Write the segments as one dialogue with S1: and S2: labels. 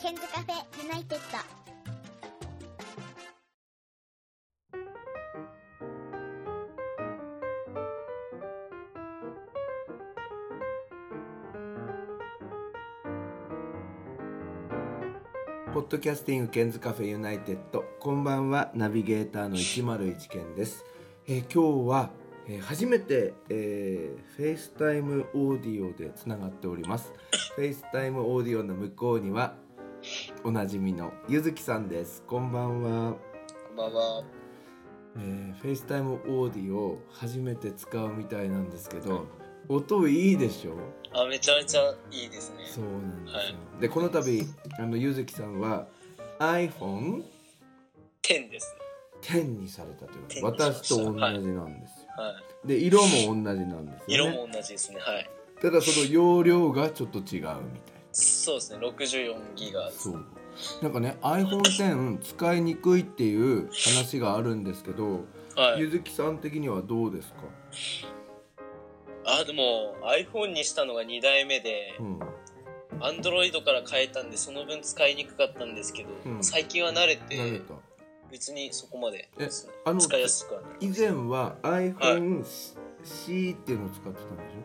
S1: ケンズカフェユナイテッド。
S2: ポッドキャスティングケンズカフェユナイテッドこんばんはナビゲーターの101健です、えー今日は、えー初めて、えー、フェイスタイムオーディオでつながっておりますフェイスタイムオーディオの向こうにはおなじみのゆずきさんですこんばんは、
S3: こんばんは。
S2: えーフェイスタイムオーディオ初めて使うみたいなんですけど音いいでしょ
S3: あ、めちゃめちゃいいですね。
S2: そうなんですよ、
S3: は
S2: でこの度あのゆずきさんは iPhone
S3: 点ですね。
S2: 天にされたという
S3: 天にしま
S2: 私
S3: した
S2: と同じなんですよ、
S3: は
S2: で色も同じなんです
S3: い。
S2: よ、
S3: 色
S2: ね、
S3: も同じですね。はい。
S2: ただその容量がちょっと違うみたいな
S3: そうですね。六十四ギガです。
S2: そ
S3: は
S2: うなんかね iPhone10 使いにくいっていう話があるんですけど、
S3: い。
S2: ゆずきさん的にはどうですか、
S3: あ、でも iPhone にしたのが二代目で
S2: う、ん、
S3: Android から変えたんでその分使いにくかったんですけど、
S2: うん
S3: 最近は慣れ
S2: 慣れ
S3: て
S2: た
S3: 別にそこまでですね
S2: えあの
S3: 使いやすくはなり
S2: 以
S3: まし
S2: 前は iPhoneC っていうのを使って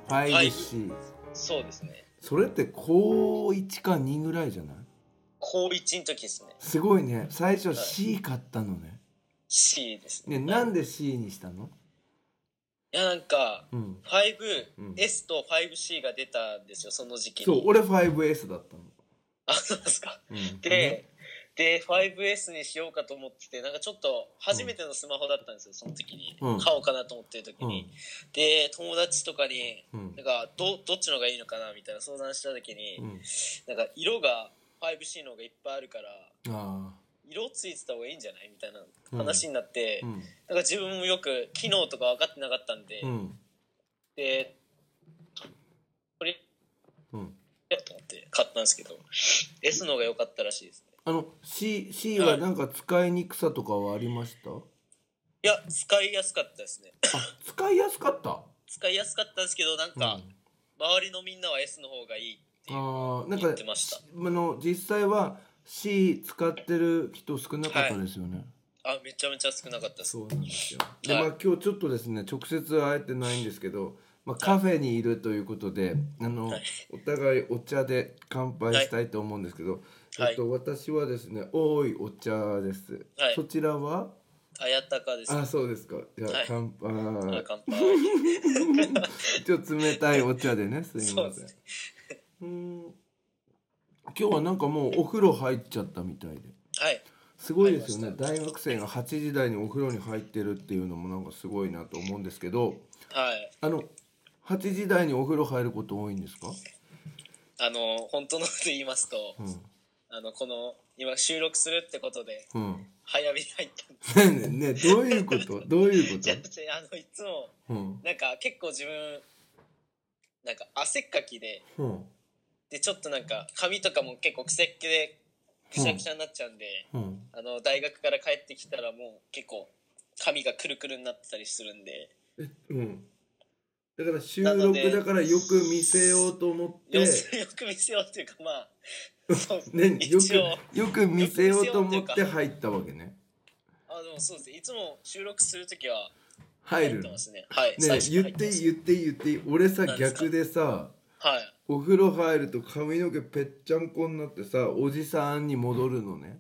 S2: たんでしょ、5C
S3: たそうですね。
S2: それって高1か2ぐらいじゃない
S3: 高一の時ですね。
S2: すごいね最初
S3: い
S2: C 買ったのね
S3: C ですね。
S2: ねなん
S3: で？
S2: で C にしたの
S3: いやなんか
S2: うん、
S3: 5
S2: うん
S3: S と 5C が出たんですよその時期に。
S2: そう俺 5S だったの、
S3: あ、そうですか。
S2: うんね
S3: で、で 5S にしようかと思っててなんかちょっと初めてのスマホだったんですよその時に、
S2: うん
S3: 買おうかなと思ってる時に、で友達とかに
S2: うんうん
S3: なんかどどっちのがいいのかなみたいな相談した時に、
S2: うん
S3: なんか色が 5C の方がいっぱいあるから
S2: あ
S3: 色ついてた方がいいんじゃないみたいな
S2: あ
S3: 話になって、
S2: うん
S3: なんか自分もよく機能とか分かってなかったんで、
S2: うん
S3: でこれ
S2: うん
S3: やと思って買ったんですけど S の方が良かったらしいですね
S2: あの C, C はなんか使いにくさとかはありました、
S3: いや使いやすかったですね
S2: あ使いやすかった、
S3: 使いやすかったんですけどなん
S2: うん、
S3: か
S2: あ
S3: 周りのみんなは S の方がいいっていう
S2: ーなん
S3: 言っ
S2: か
S3: てました
S2: あの実際は C 使ってる人少なかったですよね、
S3: あめちゃめちゃ少なかったです
S2: そうなんですよで、ま
S3: は
S2: あ
S3: い、
S2: 今日ちょっとですね直接会えてないんですけど、まあ、カフェにいるということであの、
S3: はい
S2: お互いお茶で乾杯したいと思うんですけど、
S3: はい
S2: えっと、私はですね多いお茶です、
S3: はい
S2: そちらは
S3: あやたかです
S2: あそうですかじゃあ、
S3: はい
S2: 乾
S3: あ
S2: 杯
S3: 乾杯
S2: ちょっと冷たいお茶でねすい
S3: そう
S2: ま
S3: です
S2: せん
S3: ね
S2: うーん今日はなんかもうお風呂入っちゃったみたいで。
S3: はい
S2: すごいですよね
S3: 入りま
S2: 大学生が8時台にお風呂に入ってるっていうのもなんかすごいなと思うんですけど
S3: はい
S2: あの8時台にお風呂入ること多いんですか？
S3: あの本当のこと言いますと、
S2: うん
S3: あのこの今収録するってことで
S2: うん。
S3: 早めに入ったんです
S2: ね ねどういうこと？どういうこ
S3: じゃなくてあのいつも
S2: と？うん
S3: なんか結構自分なんか汗っかきで
S2: うん
S3: でちょっとなんか髪とかも結構くせっけでくしゃくしゃになっちゃうんで、
S2: うん。
S3: あの大学から帰ってきたらもう結構髪がくるくるになってたりするんで
S2: えうん。だから収
S3: なの
S2: 録
S3: で
S2: だからよく見せようと思って
S3: 様子よく見せようっていうかまあそうです
S2: ねよ
S3: 一応
S2: くよく見せようと思
S3: よ
S2: っ
S3: く見せ
S2: て
S3: ようっていうか
S2: 入ったわけね。
S3: あでもそうですねいつも収録するときは
S2: 入
S3: 入っ
S2: るの。
S3: て
S2: ね
S3: ますねはい最初に
S2: 言っ
S3: 入
S2: ていい
S3: ます
S2: 言っていい言っていい俺さ
S3: 何ですか
S2: 逆でさ
S3: はい
S2: お風呂入ると髪の毛ぺっちゃんこになってさおじさんに戻るのね。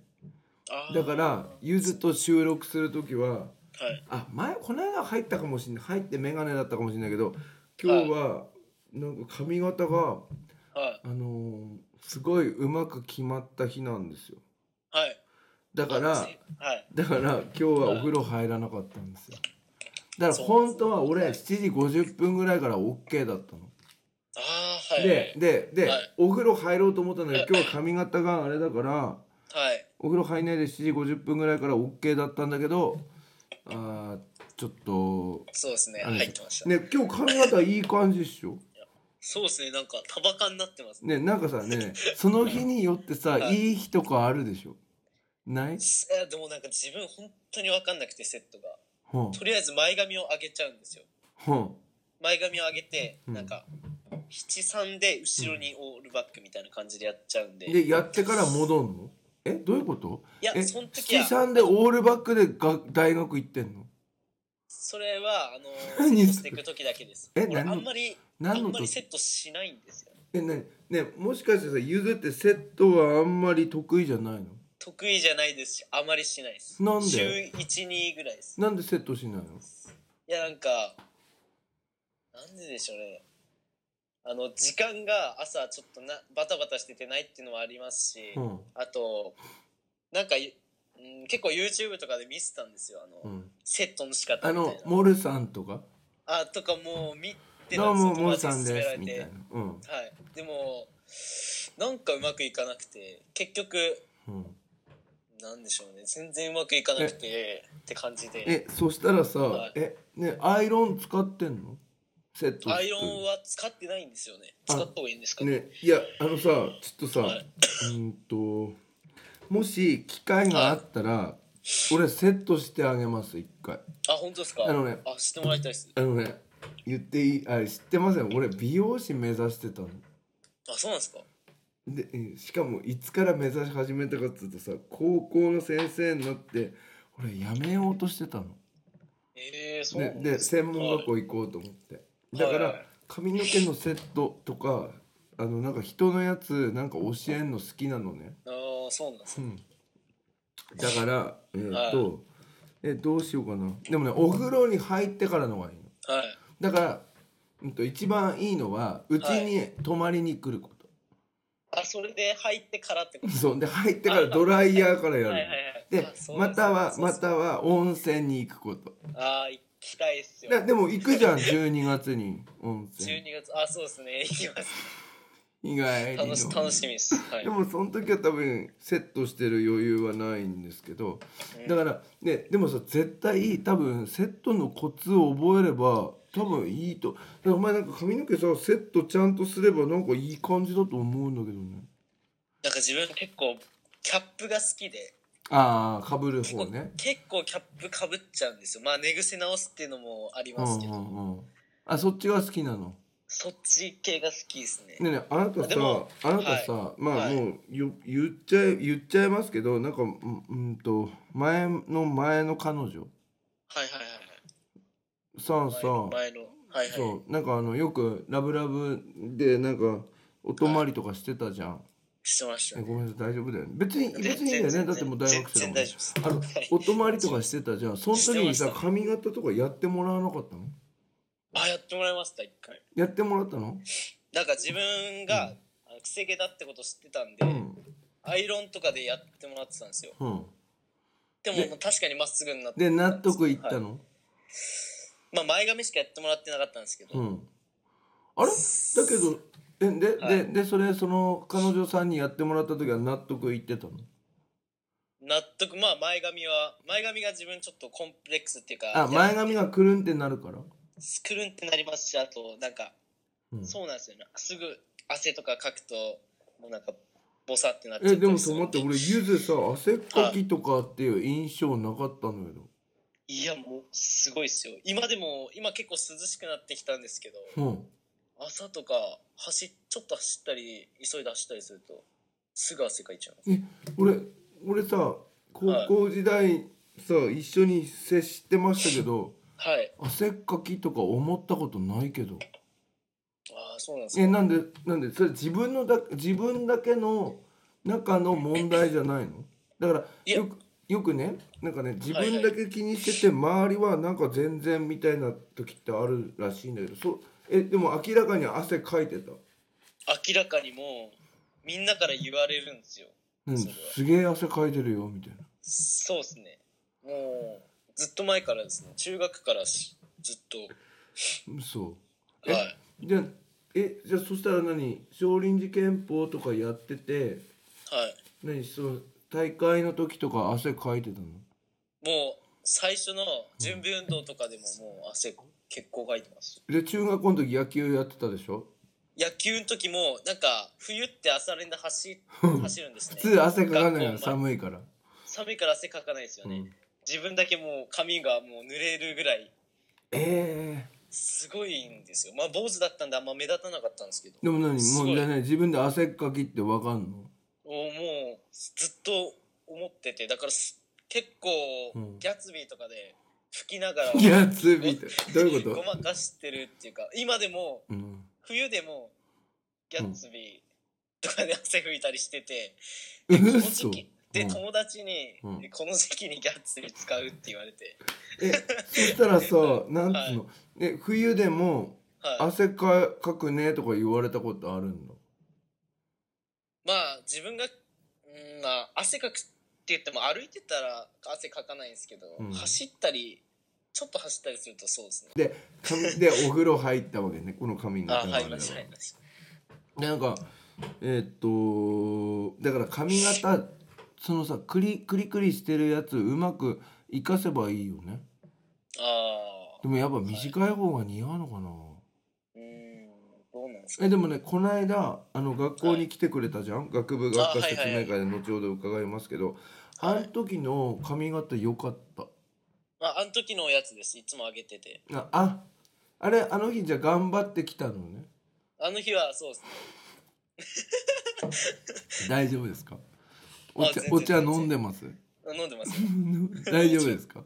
S3: あー
S2: だからゆずと収録する時は。
S3: はい
S2: あ前この間入ったかもしれない入って眼鏡だったかもしれないけど今日はなんか髪型が、
S3: はい
S2: あのーすごいうまく決まった日なんですよ
S3: はい
S2: だか
S3: あ
S2: ら
S3: せはい
S2: だから今日はお風呂入らなかったんですよだから
S3: そう
S2: 本当は俺7時50分ぐらいから OK だったの。
S3: あーはい
S2: ででで、
S3: はい
S2: お風呂入ろうと思ったんだけど今日は髪型があれだから
S3: はい
S2: お風呂入んないで7時50分ぐらいから OK だったんだけどあーちょっと
S3: そうですね
S2: あれ
S3: 入ってました、
S2: ね今日髪型いい感じっしょ
S3: そうですねなんかタバカになってますね
S2: ねなんかさ ねその日によってさ
S3: はい
S2: いい日とかあるでしょない、
S3: いやでもなんか自分本当に分かんなくてセットが
S2: ほん
S3: とりあえず前髪を上げちゃうんですよ
S2: ほん
S3: 前髪を上げて
S2: うん
S3: なんか七三で後ろにオールバックみたいな感じでやっちゃうんで。
S2: でやってから戻んのえどういうこと
S3: いや
S2: え、
S3: その時は
S2: 七三でオールバックでが大学行ってんの
S3: それはあのセ
S2: 何
S3: ットしていく時だけです。
S2: え
S3: 俺
S2: 何の
S3: あんまりあ
S2: 何
S3: ん
S2: の
S3: まりセ
S2: 時
S3: ットしないんですよ。
S2: えなにねもしかしてさゆずってセットはあんまり得意じゃないの
S3: 得意じゃないですし、あまりしないです。
S2: なんで
S3: 週一二ぐらいです。
S2: なんでセットしないの
S3: いやなんかなんででしょうね。あの時間が朝ちょっとなバタバタしててないっていうのもありますし、
S2: うん
S3: あとなんか、うん、結構 YouTube とかで見てたんですよあの、
S2: うん、
S3: セットの仕方
S2: あ
S3: みた
S2: の
S3: いな
S2: モルさんとか
S3: あとかもう見
S2: 「
S3: て
S2: ど
S3: た
S2: うん
S3: で
S2: も
S3: すよ
S2: モルさん
S3: 友達に勧めら
S2: です
S3: れ」
S2: みたいな
S3: て、
S2: うん
S3: はい、でもなんかうまくいかなくて結局
S2: うん、
S3: なんでしょうね全然うまくいかなくてって感じで
S2: えそしたらさ、
S3: はい
S2: えねアイロン使ってんのセット
S3: アイロン
S2: は
S3: は使ってないんですよね
S2: あ
S3: 使った方がいいんですかね
S2: ねいやあのさちょっとさ、
S3: はいう
S2: ーんともし機会があったら、俺セットしてあげます一回
S3: あ本当ですか
S2: あのね
S3: あ知ってもらいたいです
S2: あのね言っていいあ知ってません俺美容師目指してたの
S3: あそうなんですか
S2: でえしかもいつから目指し始めたかっつうとさ高校の先生になって俺辞めようとしてたの
S3: ええそうな
S2: で
S3: ん
S2: です専門学校行こうと思って、だから、
S3: はい
S2: 髪の毛のセットとかあのなんか人のやつなんか教えんの好きなのね、
S3: あーそうなんですね
S2: だからえーっと、えどうしようかなでもねお風呂に入ってからのがいいの
S3: はい
S2: だから、うん、と一番いいのはうちに泊まりに来ること、
S3: あそれで入ってからってこと
S2: そうで入ってからドライヤーからやるの、
S3: はいはいはい
S2: で
S3: あそう
S2: ま
S3: なんす
S2: たは
S3: そう
S2: ま
S3: そう
S2: たは温泉に行くこと
S3: あー行きたいっすよ
S2: だでも行くじゃん 12月に温
S3: 12
S2: 泉
S3: 月あそうですね行きます
S2: 以外
S3: 楽し楽しみですはい
S2: でもその時は多分セットしてる余裕はないんですけどだからねでもさ絶対多分セットのコツを覚えれば多分いいとだからお前なんか髪の毛さセットちゃんとすればなんかいい感じだと思うんだけどね
S3: なんか自分結構キャップが好きで
S2: ああかぶる
S3: 結構,、
S2: 方ね
S3: 結構キャップかぶっちゃうんですよまあ寝癖直すっていうのもあり
S2: う
S3: ます
S2: ん
S3: け
S2: う
S3: ど、
S2: んうんあそっちが好きなの
S3: そっち系が好きですね
S2: ねえねえあなた
S3: あで
S2: さ
S3: も
S2: あなたさ、まあ
S3: はい
S2: もう言言っちゃい言っちゃいますけどなんかうんうんと前の前の彼女
S3: はいはいはい
S2: さあ
S3: はい
S2: さあ
S3: 前のはいはい
S2: そうなんかあのよく「ラブラブ」でなんかお泊まりとかしてたじゃん、
S3: してました
S2: え
S3: ね
S2: ごめんなさい大丈夫だよね別に
S3: 全
S2: 別にいいんだよね
S3: 全
S2: だってもう大学生だもん
S3: 全然大
S2: ね
S3: 丈夫です
S2: あの
S3: はい
S2: お泊まりとかしてたじゃんその時にさ
S3: してました
S2: 髪型とかやってもらわなかったの
S3: あやってもらいました一回
S2: やってもらったの
S3: なんか自分が、あの癖毛だってこと知ってたん
S2: う
S3: で、
S2: ん
S3: アイロンとかでやってもらってたんですよ
S2: うん
S3: でも
S2: で
S3: もう確かにまっすぐになって
S2: で納得いった
S3: はい
S2: の、
S3: まあ前髪しかやってもらってなかったんですけど、
S2: うんあれだけどえで、
S3: はい
S2: ででそれその彼女さんにやってもらった時は納得いってたの
S3: 納得まあ前髪は前髪が自分ちょっとコンプレックスっていうか
S2: あ前
S3: いや
S2: 髪がくるんってなるから
S3: スクルンってなりますしあとなんか、
S2: うん
S3: そうなんですよねすぐ汗とかかくともうなんかボサってなっちゃ
S2: え
S3: ったり
S2: でも
S3: す
S2: さ
S3: るん
S2: 待って俺ゆずさ汗っかきとかっていう印象なかったのよ
S3: いやもうすごいっすよ今でも今結構涼しくなってきたんですけど
S2: うん
S3: 朝とか走っちょっと走ったり急いで走ったりするとすぐ汗かいちゃう
S2: 俺俺さ高校時代さ一緒に接してましたけど
S3: はい
S2: 汗っかきとか思ったことないけど
S3: ああそうなんです
S2: え
S3: か
S2: なんでなんでそれ自分のだ自分だけの中の問題じゃないのだか
S3: い
S2: ら
S3: や
S2: よくよくねなんかね自分だけ気にしてて周りはなんか全然みたいな時ってあるらしいんだけどそうえでも明らかに汗かいてた
S3: 明らかにもうみんなから言われるんですよ
S2: うん
S3: それは
S2: すげえ汗かいてるよみたいな
S3: そうですねもうずっと前からですね中学からしずっと
S2: 嘘え
S3: はい
S2: じゃあえじゃあそしたら何少林寺拳法とかやってて
S3: はい
S2: 何その大会の時とか汗かいてたの
S3: もう最初の準備運動とかでももう汗結構かいてます
S2: で中学校の時野球やってたでしょ
S3: 野球の時もなんか冬って朝練で走走るんですね
S2: 普通汗かかないから
S3: 学校の前
S2: 寒いから、
S3: 寒いから汗かかないですよ
S2: う
S3: ね、
S2: ん、
S3: 自分だけもう髪がもう濡れるぐらい
S2: ええ
S3: すごいんですよまあ坊主だったんであんま目立たなかったんですけど
S2: でも何
S3: す
S2: も
S3: ごいう
S2: じゃあね自分で汗っかきってわかんの
S3: おもうずっと思っててだからす結構、
S2: うん
S3: ギャツビーとかで吹きながら
S2: いやつみたいどういうこ
S3: ご
S2: と
S3: まかしてるっていうか今でも
S2: うん
S3: 冬でもギャッツビーとかで汗拭いたりしてて、
S2: う
S3: この
S2: そ
S3: 時期で、
S2: うん
S3: 友達に、
S2: うん
S3: この時期にギャッツビー使うって言われて、
S2: えそしたらさなんつ
S3: は
S2: う
S3: い
S2: の、え冬でも
S3: はい、
S2: 汗かかくねとか言われたことあるの
S3: まあ自分が、うんまあ、汗かくって言っても歩いてたら汗かかないんですけど、
S2: うん
S3: 走ったりちょっと走ったりするとそうですね
S2: で髪でお風呂入ったわけねこの髪型
S3: あ
S2: のあ
S3: 入り
S2: れ
S3: ま
S2: は
S3: した入りました
S2: なんかえーっとだから髪型そのさクリクリクリしてるやつうまく活かせばいいよね
S3: ああ
S2: でもやっぱ短い方が似合うのかな、
S3: うんどうなんですか
S2: えでもねこの間あの学校に来てくれたじゃん、学部学科説明会で後ほど伺いますけどあ,、
S3: はい
S2: の時の髪型良かった
S3: まああの時のやつですいつもあげてて
S2: あああれあの日じゃあ頑張ってきたのね
S3: あの日はそうですね
S2: 大丈夫ですかお
S3: あ
S2: 茶
S3: 全然
S2: お茶
S3: 全然
S2: 飲んでます
S3: あ飲んでますよ
S2: 大丈夫ですか
S3: は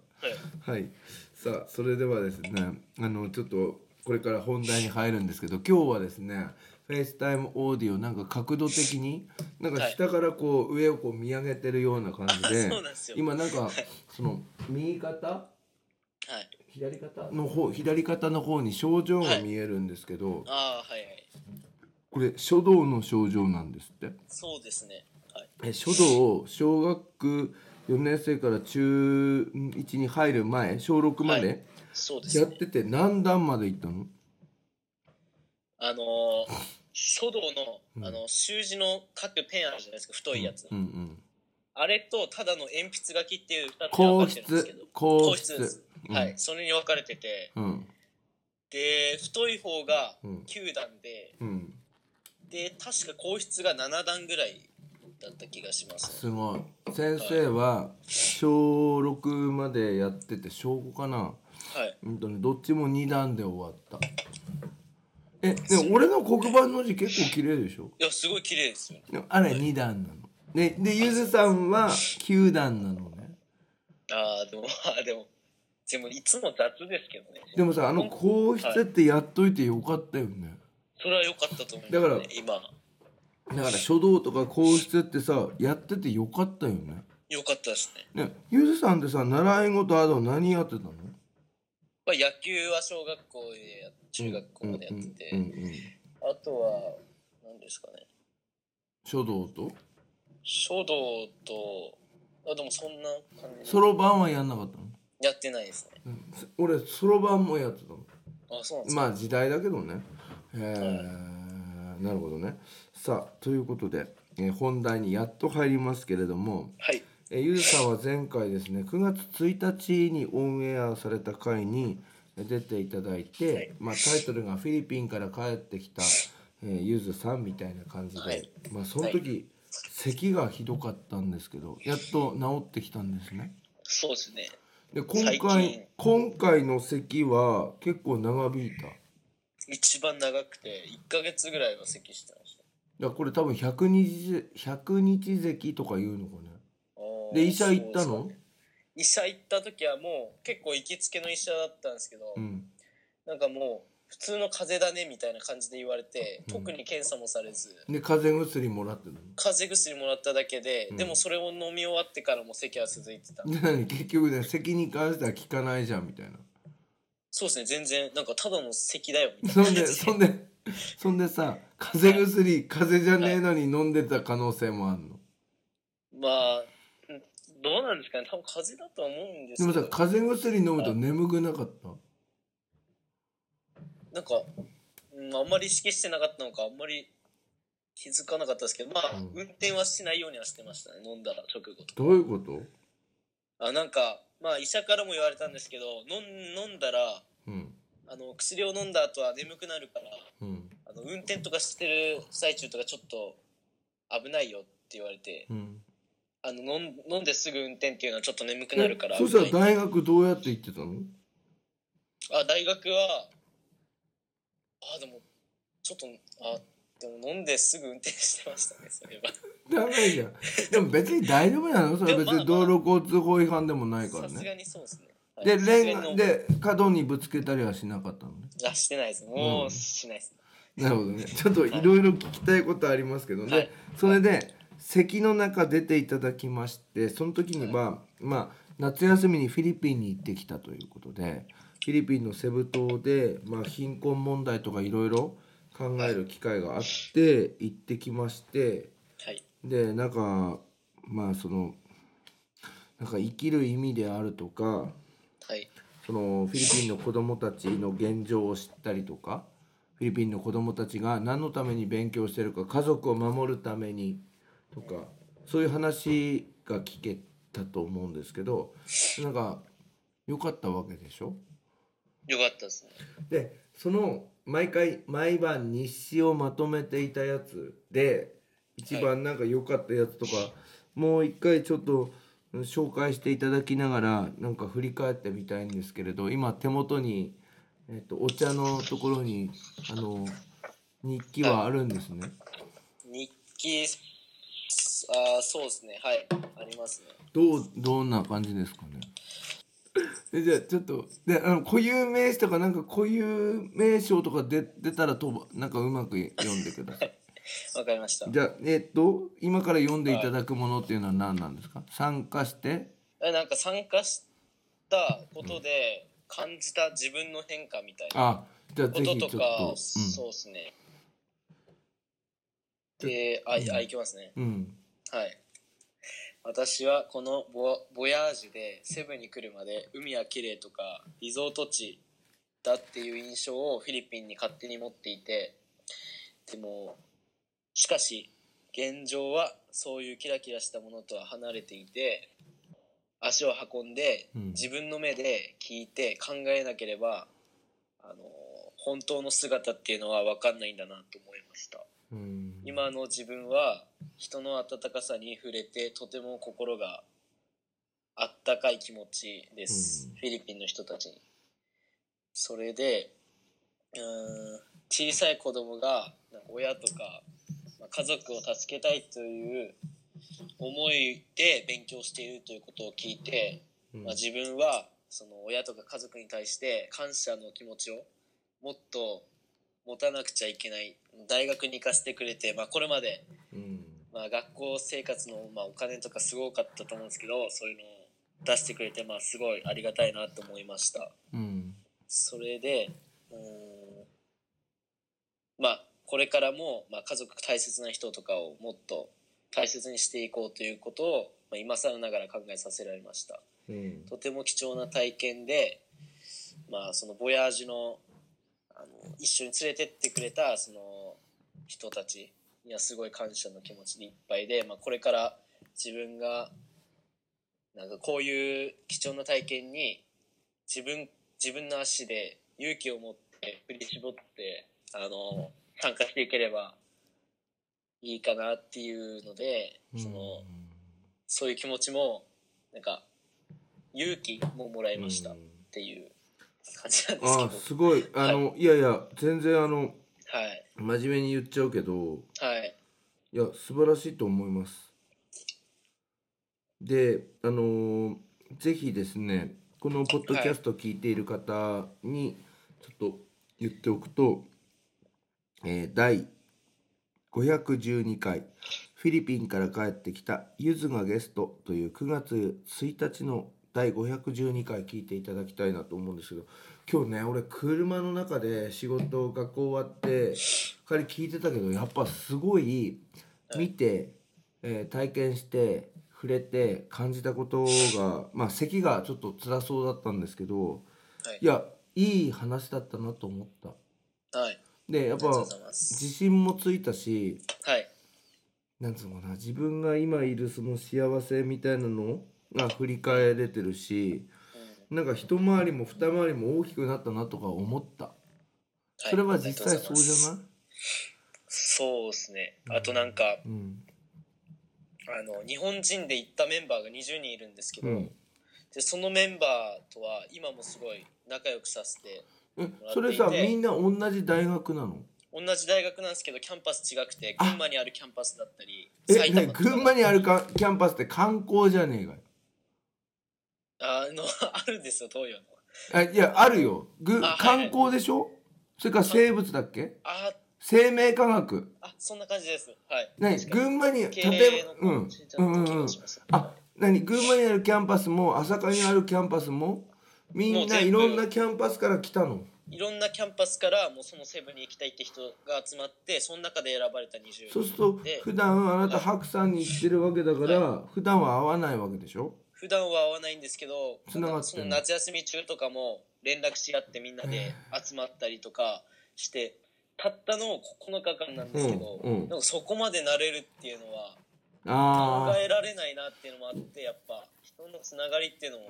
S2: は
S3: い
S2: い、さあそれではですねあのちょっとこれから本題に入るんですけど今日はですねフェイスタイムオーディオなんか角度的になんか
S3: はい
S2: 下からこう上をこう見上げてるような感じで、
S3: あそうなんですよ
S2: 今なんかその右肩
S3: はい
S2: 左肩の方左肩の方に症状が見えるんですけど、
S3: ああはいはい
S2: これ書道の症状なんですって。
S3: そうですねはい
S2: え書道を小学4年生から中1に入る前小6ま
S3: は
S2: で
S3: そうです
S2: や
S3: ね
S2: ってて何段まで行ったの、
S3: あのー書道
S2: うん
S3: のあの習字の書くペンあるじゃないですか太いやつ、
S2: うんうん、
S3: あれとただの鉛筆書きっていう2
S2: 皇
S3: つに分かれてるんですけ
S2: 室
S3: ど
S2: 皇
S3: 室
S2: 室
S3: です、
S2: うん
S3: はいそれに分かれてて
S2: うん
S3: で太い方が
S2: うん
S3: 9段で
S2: うん
S3: で確か皇室が7段ぐらいだった気がします
S2: すごい先生は小6までやってて小5かな
S3: はい
S2: うんとねどっちも2段で終わったえでも俺の黒板の字結構綺麗でしょ
S3: いやすごい綺麗ですよね
S2: でもあれ2段なのででゆずさんは9段なのね
S3: ああでもあーでもでもいつも雑ですけどね
S2: でもさあの皇室ってやっといてよかったよね
S3: それは良かったと思いま
S2: だ
S3: す、ね、
S2: から
S3: 今
S2: だから書道とか皇室ってさやっててよかったよね
S3: 良かったですね
S2: ねゆずさんってさ習い事あと何やってたの
S3: まあ、野球は小学校でや中学校までやってて、
S2: うんうんうんうん
S3: あとは何ですかね
S2: 書道と
S3: 書道とあでもそんな感じ
S2: そろばんはやんなかったの、
S3: やってないですね
S2: 俺そろばんもやってたの
S3: あそうなんですか、
S2: まあ時代だけどねえー、なるほどねさあということで、えー本題にやっと入りますけれども
S3: はい
S2: えーゆずさんは前回ですね9月1日にオンエアされた回にえー出ていただいて、
S3: はい
S2: まあ、タイトルが「フィリピンから帰ってきた、えーゆずさん」みたいな感じで、
S3: はい
S2: まあ、その時、咳がひどかったんですけどやっと治ってきたんですね。
S3: そうですね
S2: で今
S3: 最近
S2: 回今回の咳は結構長引いただか
S3: 一番長くて1ヶ月ぐらいは咳してました
S2: らこれ多分100日100日咳とか言うのかね
S3: あー
S2: で医者行った
S3: そう
S2: の
S3: ですね医者行った時はもう結構行きつけの医者だったんですけど、
S2: うん
S3: なんかもう普通の風邪だねみたいな感じで言われて、
S2: うん
S3: 特に検査もされず
S2: で風邪薬もらってたの
S3: 風邪薬もらっただけで、
S2: うん
S3: でもそれを飲み終わってからも咳は続いてた、
S2: で何結局ね咳に関しては効かないじゃんみたいな
S3: そうですね全然なんかただの咳だよみた
S2: そ
S3: い
S2: ん
S3: な
S2: で
S3: 感じで
S2: そんでそんでさ風邪薬風邪じゃねえのに飲んでた可能性もあるの
S3: まあうんどうなんですかね多分風邪だとは思うんで
S2: ですも
S3: け
S2: さ
S3: ど
S2: 風邪薬飲むと眠くなかった
S3: なんか、うん、あんまり意識してなかったのかあんまり気づかなかったですけどまあ、
S2: うん
S3: 運転はしないようにはしてましたね飲んだ直後とか
S2: どういうこと
S3: あなんかまあ医者からも言われたんですけど飲ん飲んだら
S2: うん
S3: あの薬を飲んだ後は眠くなるから
S2: うん
S3: あの運転とかしてる最中とかちょっと危ないよって言われて
S2: うん
S3: あの飲ん飲んですぐ運転っていうのはちょっと眠くな
S2: え
S3: るから
S2: そしたら
S3: 危ない
S2: 大学どうやって行ってたの
S3: あ大学はあーでもちょっとあでも飲んですぐ運転してましたねそういえば
S2: ダメじゃんでも別に大丈夫なのそれ
S3: でも
S2: 別
S3: まあ
S2: に
S3: まあ
S2: 道路交通法違反でもないから
S3: さす
S2: ね
S3: がにそうですねはい
S2: で
S3: さすが
S2: レ
S3: に飲
S2: ン
S3: む
S2: で角にぶつけたりはしなかったのね
S3: あしてないですも
S2: うん
S3: うしないです、
S2: なるほどねちょっといろいろ聞きたいことありますけどね、
S3: はい
S2: それで席の中出ていただきましてその時には、まあ夏休みにフィリピンに行ってきたということでフィリピンのセブ島で、まあ、貧困問題とかいろいろ考える機会があって行ってきまして
S3: はい
S2: でなんかまあそのなんか生きる意味であるとか
S3: はい
S2: そのフィリピンの子どもたちの現状を知ったりとかフィリピンの子どもたちが何のために勉強してるか家族を守るためにとかそういう話が聞けたと思うんですけどなんか良かったわけでしょ
S3: よかったですね
S2: でその毎回毎晩日誌をまとめていたやつで一番なんか良かったやつとか、もう一回ちょっとうん紹介していただきながらなんか振り返ってみたいんですけれど今手元に、えっとお茶のところにあの日記はあるんですね。
S3: 日記あーそうですねはいありますね
S2: どうどんな感じですかねでじゃあちょっとであの固有名詞とかなんか固有名称とか出出たらとばなんかうまく読んでください。
S3: わかりました
S2: じゃあえっと今から読んでいただくものっていうのは何なんですか参加して
S3: えなんか参加したことで感じた自分の変化みたいな
S2: あじゃあ
S3: こ
S2: ぜ
S3: と
S2: ひちょ
S3: と
S2: っと
S3: か、そうですねでああいきますね
S2: うん、うん、
S3: はい私はこのボボヤージュでセブンに来るまで海は綺麗とかリゾート地だっていう印象をフィリピンに勝手に持っていてでもしかし現状はそういうキラキラしたものとは離れていて足を運んで
S2: うん
S3: 自分の目で聞いて考えなければ、あの本当の姿っていうのは分かんないんだなと思いました。
S2: うん、
S3: 今の自分は人の温かさに触れてとても心があったかい気持ちです、
S2: うん
S3: フィリピンの人たちにそれでうーん小さい子供がなんか親とか、まあ、家族を助けたいという思いで勉強しているということを聞いて、
S2: うん
S3: まあ、自分はその親とか家族に対して感謝の気持ちをもっと持たなくちゃいけない大学に行かせてくれて、まあ、これまで、
S2: うん
S3: まあ、学校生活の、まあ、お金とかすごかったと思うんですけどそういうのを出してくれて、まあ、すごいありがたいなと思いました
S2: うん
S3: それでうーんまあこれからも、まあ、家族大切な人とかをもっと大切にしていこうということを、まあ、今更ながら考えさせられました
S2: うん
S3: とても貴重な体験で、まあ、そのボヤージュのあの一緒に連れてってくれたその人たちにはすごい感謝の気持ちでいっぱいで、まあ、これから自分がなんかこういう貴重な体験に自分自分の足で勇気を持って振り絞ってあの参加していければいいかなっていうので、その。そういう気持ちも、なんか、勇気ももらいました
S2: う
S3: っ
S2: ん
S3: ていう感じなんですけ
S2: あ
S3: ど。
S2: すごいあの、い、やいや全然あの
S3: はい。
S2: 真面目に言っちゃうけど
S3: はい。
S2: いや素晴らしいと思います。であのーぜひですねこのポッドキャストを聞いている方にちょっと言っておくと、えー第512回フィリピンから帰ってきたゆずがゲストという9月1日の第512回聞いていただきたいなと思うんですけど今日ね俺車の中で仕事学校終わって彼聞いてたけどやっぱすごい見て、えー体験して触れて感じたことがまあ咳がちょっと辛そうだったんですけど、
S3: は
S2: い
S3: い
S2: やいい話だったなと思った。
S3: はい。
S2: でやっ
S3: ありがとう
S2: ぱ
S3: ございます。
S2: 自信もついたし
S3: はい。
S2: なんつうのかな自分が今いるその幸せみたいなのが振り返れてるし
S3: うん
S2: なんか一回りも二回りも大きくなったなとか思ったそれは実際そうじゃ
S3: いありがとうございます
S2: ない、
S3: そうですね。あとなんか、
S2: うん
S3: あの、日本人で行ったメンバーが20人いるんですけど、
S2: うん
S3: でそのメンバーとは今もすごい仲良くさせて
S2: え
S3: もらっていて
S2: それさみんな同じ大学なの
S3: 同じ大学なんですけどキャンパス違くて
S2: あ
S3: 群馬にあるキャンパスだったり
S2: え、ね、
S3: とか
S2: 群馬にあるかキャンパスって観光じゃねえかよ
S3: あのあるんですよ東洋の
S2: あいやあるよぐ
S3: あはいは
S2: 観
S3: い
S2: 光でしょ、それから生物だっけ
S3: あ
S2: 生命科学
S3: あそんな感じですはい
S2: ね
S3: 確かに
S2: 群馬に
S3: 経
S2: 例
S3: 営
S2: え
S3: の
S2: ばうん
S3: 感じだ
S2: う
S3: っ
S2: んう
S3: た気
S2: んうん
S3: がします、
S2: あ何群馬にあるキャンパスも朝霞にあるキャンパスもみ
S3: も
S2: ん
S3: う
S2: な
S3: 全部
S2: いろんなキャンパスから来たの
S3: いろんなキャンパスからもうそのセブンに行きたいって人が集まってその中で選ばれた20
S2: そうすると
S3: で
S2: 普段あなた白さんに行ってるわけだから普段は会わないわけでしょ
S3: 普段は会わないんですけど
S2: 繋がってんの
S3: その夏休み中とかも連絡し合ってみんなで集まったりとかしてたったの9日間なんですけど、
S2: うんうん
S3: でもそこまでなれるっていうのは考
S2: ああ
S3: えられないなっていうのもあってやっぱ人のつながりっていうのも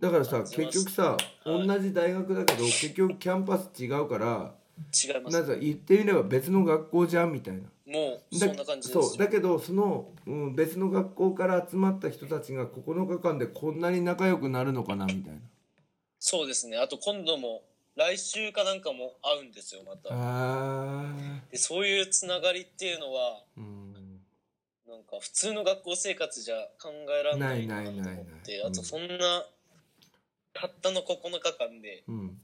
S2: だからさ
S3: 感じ
S2: 結
S3: ます
S2: 局さ
S3: は
S2: 同
S3: い
S2: じ大学だけど結局キャンパス違うから
S3: 違い
S2: な
S3: ます
S2: んか言ってみれば別の学校じゃんみたいな
S3: もう
S2: だ
S3: そんな感じです
S2: そうだけどその、うん、別の学校から集まった人たちが9日間でこんなに仲良くなるのかなみたいな
S3: そうですねあと今度も来週かなんかも会うんですよまた
S2: あ
S3: でそういうつながりっていうのは
S2: ーうん
S3: なんか普通の学校生活じゃ考えられないなと思って
S2: ないないないない
S3: あと
S2: うん
S3: そんな、たったの9日間で
S2: うん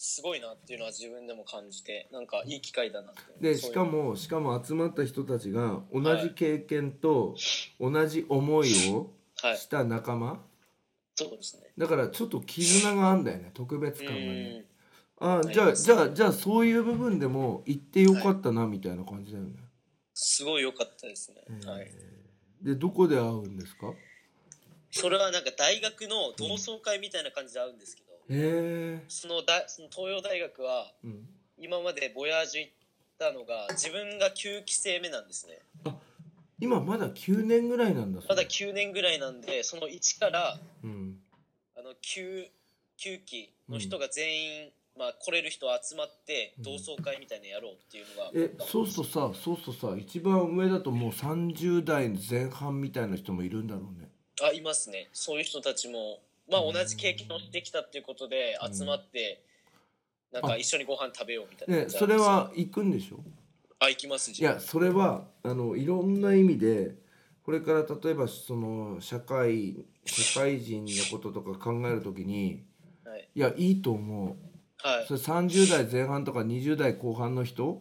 S3: すごいなっていうのは自分でも感じてなんかいい機会だなって
S2: で
S3: そ
S2: し
S3: ういう
S2: かもしかも集まった人たちが同
S3: は
S2: じ
S3: い
S2: 経験と同じ思いを
S3: はい
S2: した仲間、
S3: そうですね
S2: だからちょっと絆があんだよね特別感
S3: う
S2: がね
S3: ん
S2: あー
S3: あ
S2: じ
S3: り
S2: ゃあ
S3: ます
S2: じゃあじゃあそういう部分でも行ってよかったなみたいな感じだよね、
S3: すごい良かったですね、はい、
S2: でどこで会うんですか
S3: それはなんか大学の同窓会みたいな感じで会うんですけど、
S2: へえ、
S3: そのだその東洋大学は
S2: うん、
S3: 今までボヤージュ行ったのが自分が9期生目なんですね
S2: 今まだ9年ぐらいなんだそれ
S3: まだ9年ぐらいなんでその1から
S2: うん
S3: あの 9, 9期の人が全員、まあ、来れる人集まって
S2: うん
S3: 同窓会みたいなのやろうっていうのが、
S2: えそうするとさそうするとさ一番上だともう30代前半みたいな人もいるんだろうね
S3: あいますねそういう人たちも、まあ、同じ経験をしてきたっていうことで
S2: うん
S3: 集まって、なん
S2: あ
S3: か一緒にご飯食べようみたいな
S2: ね
S3: 感じな
S2: そ
S3: んで
S2: れ
S3: すよ
S2: は行くんでしょ
S3: あ行きます
S2: いやそれはあのいろんな意味でこれから例えばその社会社会人のこととか考えるときに
S3: はい、
S2: いやいいと思う
S3: はい
S2: それ30代前半とか20代後半の人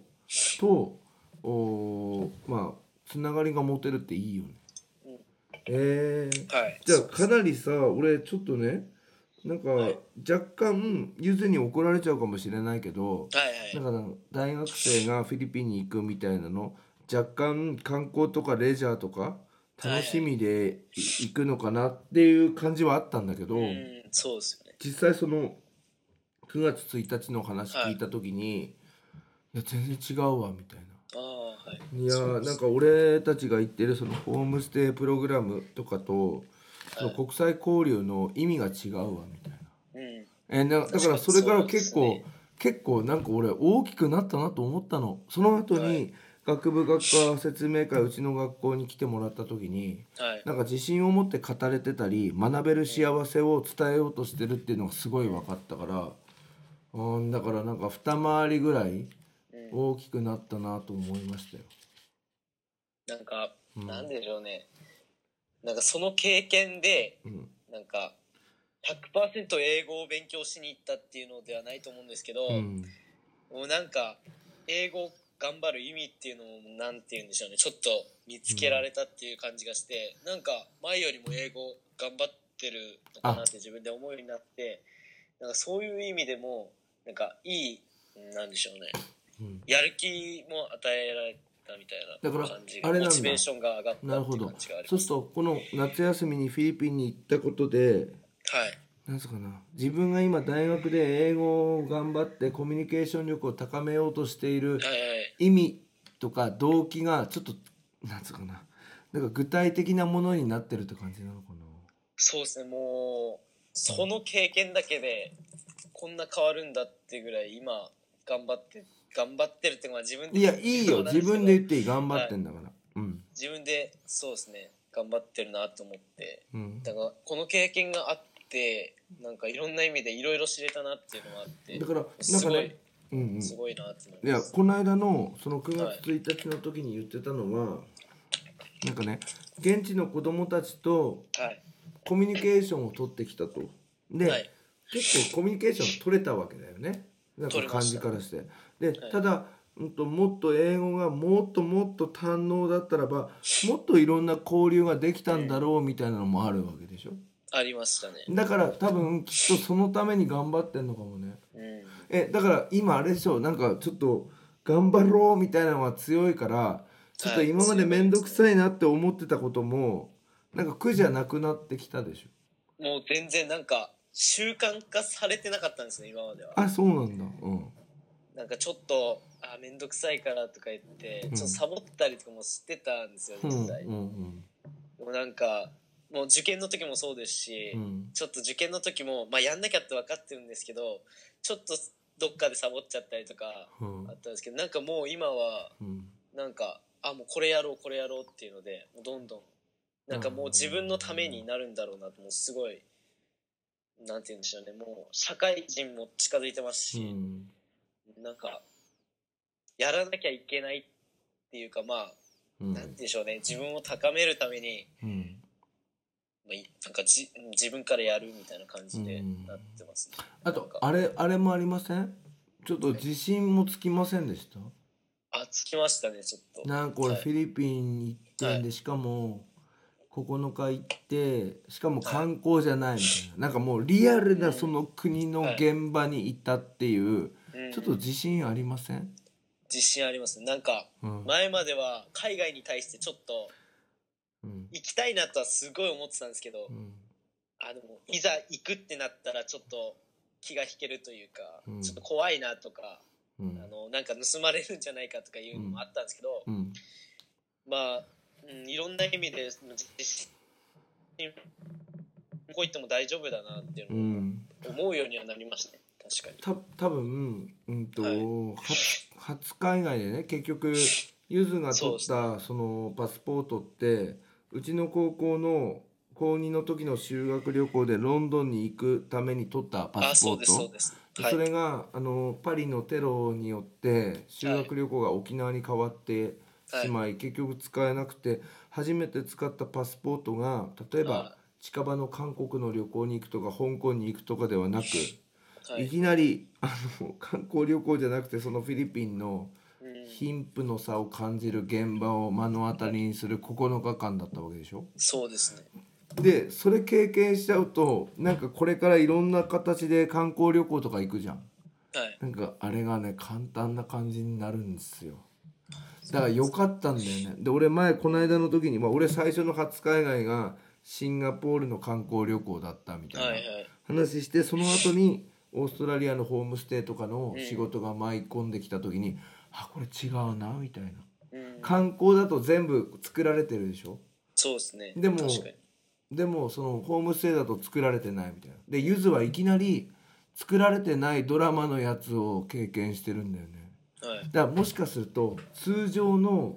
S2: とおーまあつながりが持てるっていいよね
S3: うん。
S2: えー、
S3: はい、
S2: じゃあかなりさ俺ちょっとねなんか
S3: はい
S2: 若干ゆずに怒られちゃうかもしれないけど
S3: はい
S2: だ
S3: はい
S2: から大学生がフィリピンに行くみたいなの若干観光とかレジャーとか楽しみでい行くのかなっていう感じはあったんだけど。
S3: うんそうですよね
S2: 実際その9月1日の話聞いた時に、い、や全然違うわみたいな。
S3: ああはい
S2: いや
S3: そう
S2: ー
S3: です
S2: なんか俺たちが言ってるそのホームステイプログラムとかと、その
S3: はい
S2: 国際交流の意味が違うわみたいな。
S3: うん
S2: えーなだからそれから結構、
S3: そうですね
S2: 結構なんか俺大きくなったなと思ったの。その後に、
S3: はい
S2: 学部学科説明会うちの学校に来てもらった時に
S3: はい
S2: なんか自信を持って語れてたり学べる幸せを伝えようとしてるっていうのがすごい分かったからうんだからなんか二回りぐらい
S3: うん、
S2: 大きくなったなと思いましたよ。
S3: なんか、
S2: うん
S3: なんでしょうねなんかその経験で
S2: うん
S3: なんか100%英語を勉強しに行ったっていうのではないと思うんですけど、
S2: うん
S3: もうなんか英語を頑張る意味っていうのをなんて言うんでしょうねちょっと見つけられたっていう感じがして、なんか前よりも英語頑張ってるのかなって自分で思うようになってなんかそういう意味でもなんかいいなんでしょうね
S2: うん
S3: やる気も与えられたみたい
S2: だから
S3: な感じが
S2: あれなんだ
S3: モチベーションが上がった
S2: なる
S3: っ
S2: ほ
S3: ていう
S2: ど
S3: 感じがあり
S2: そう
S3: ま
S2: る
S3: すす
S2: とこの夏休みにフィリピンに行ったことで
S3: はい
S2: なんすかな自分が今大学で英語を頑張ってコミュニケーション力を高めようとしている
S3: はいはい
S2: 意味とか動機がちょっとなんつうかななんか具体的なものになってるって感じなのかな。
S3: そうですねもうその経験だけでこんな変わるんだってぐらい今頑張って頑張ってるってまあ自分で
S2: いやいいよ
S3: そうなんで
S2: 自
S3: すけど
S2: 分で言っていい頑張ってんだから、うん
S3: 自分でそうですね頑張ってるなと思って
S2: うん
S3: だからこの経験があっってなんかいろんな意味でいろいろ知れたなっていうのもあって
S2: だからなん
S3: す
S2: か
S3: ご
S2: ね
S3: い、
S2: うんうん、
S3: すごいなって思い
S2: いや
S3: ます
S2: この間のその9月1日の時に言ってたのは、なんかね現地の子供たちと
S3: はい
S2: コミュニケーションを取ってきたとで、
S3: はい
S2: 結構コミュニケーション取れたわけだよねなんか
S3: 取れ
S2: 感
S3: まし
S2: じ
S3: た
S2: からしてで、
S3: はい
S2: ただ、うん、ともっと英語がもっともっと堪能だったらばもっといろんな交流ができたんだろうみたいなのもあるわけでしょ
S3: ありましたね
S2: だから多分きっとそのために頑張ってんのかもね
S3: うん
S2: えだから今あれでしょなんかちょっと頑張ろうみたいなのが強いからちょっと
S3: はい
S2: 今まで
S3: 強いです
S2: 面倒くさいなって思ってたこともなんか苦じゃなくなってきたでしょ
S3: もう全然なんか習慣化されてなかったんですね今までは
S2: あそうなんだうん
S3: なんかちょっとあ面倒くさいからとか言って
S2: うん
S3: ちょっとサボったりとかもしてたんですよ
S2: うん
S3: 実際、
S2: うん
S3: もうなんかもう受験の時もそうですし、
S2: うんうん
S3: ちょっと受験の時も、まあ、やんなきゃって分かってるんですけどちょっとどっかでサボっちゃったりとか
S2: うん
S3: あったんですけどなんかもう今は
S2: うん
S3: なんかあもうこれやろうこれやろうっていうのでもうどんどんなんかもう自分のためになるんだろうなともうすごいなんて言うんでしょうねもう社会人も近づいてます
S2: う
S3: し、
S2: ん
S3: なんかやらなきゃいけないっていうかまあ
S2: うん
S3: なんて言うんでしょうね自分を高めるために、
S2: うん
S3: まあい、なんかじ自分からやるみたいな感じでなってますね。
S2: あ
S3: なん
S2: と
S3: か
S2: あれあれもありませんちょっと自信もつきませんでした
S3: あ、つきましたね、ちょっと。
S2: なんか俺
S3: はい
S2: フィリピンに行ってんでしかも9日行ってしかも観光じゃないみたいななんかもうリアルなその国の現場にいたっていう
S3: うん
S2: ちょっと自信ありません、
S3: 自信ありますね。なんか、
S2: うん
S3: 前までは海外に対してちょっと
S2: うん
S3: 行きたいなとはすごい思ってたんですけど
S2: う、ん
S3: あの、いざ行くってなったらちょっと気が引けるというか
S2: うん、
S3: ちょっと怖いなとか、
S2: うん
S3: あの、なんか盗まれるんじゃないかとかいうのもあったんですけど、
S2: うん
S3: まあ、うん、いろんな意味で自信、ここ行っても大丈夫だなっていう
S2: う
S3: のを
S2: ん
S3: 思うようにはなりましたね。確か
S2: た多分うんと、
S3: はい
S2: 初初海外でね結局ゆずが
S3: そう
S2: 取っ
S3: です
S2: たそのパスポートってうちの高校の高2の時の修学旅行でロンドンに行くために取った
S3: に。
S2: パ
S3: あ、
S2: スポ
S3: そう
S2: ー
S3: です、そう
S2: ト
S3: です。
S2: で
S3: はい
S2: そ。れがあのパリのテロによって修学旅行が沖縄に変わって
S3: はい
S2: しまい、結局使えなくて初めて使ったパスポートが例えば
S3: は
S2: 近場の韓国の旅行に行くとか香港に行くとかではなく。
S3: はいい。
S2: きなりあの 観光旅行じゃなくてそのフィリピンの
S3: うん
S2: 貧富の差を感じる現場を目の当たりにする9日間だったわけでしょ
S3: そうですね。
S2: でそれ経験しちゃうとなんかこれからいろんな形で観光旅行とか行くじゃん
S3: はい。
S2: なんかあれがね簡単な感じになるんですよだから良かったんだよねで俺前この間の時に、まあ、俺最初の初海外がシンガポールの観光旅行だったみたいな、
S3: はいはい。
S2: 話してその後にオーストラリアのホームステイとかの仕事が舞い込んできた時に、あこれ違うなみたいな
S3: うん
S2: 観光だと全部作られてるでしょ
S3: そうですね。
S2: でも
S3: 確かに
S2: でもそのホームステイだと作られてないみたいなでゆずはいきなり作られてないドラマのやつを経験してるんだよね
S3: はい。
S2: だからもしかすると通常の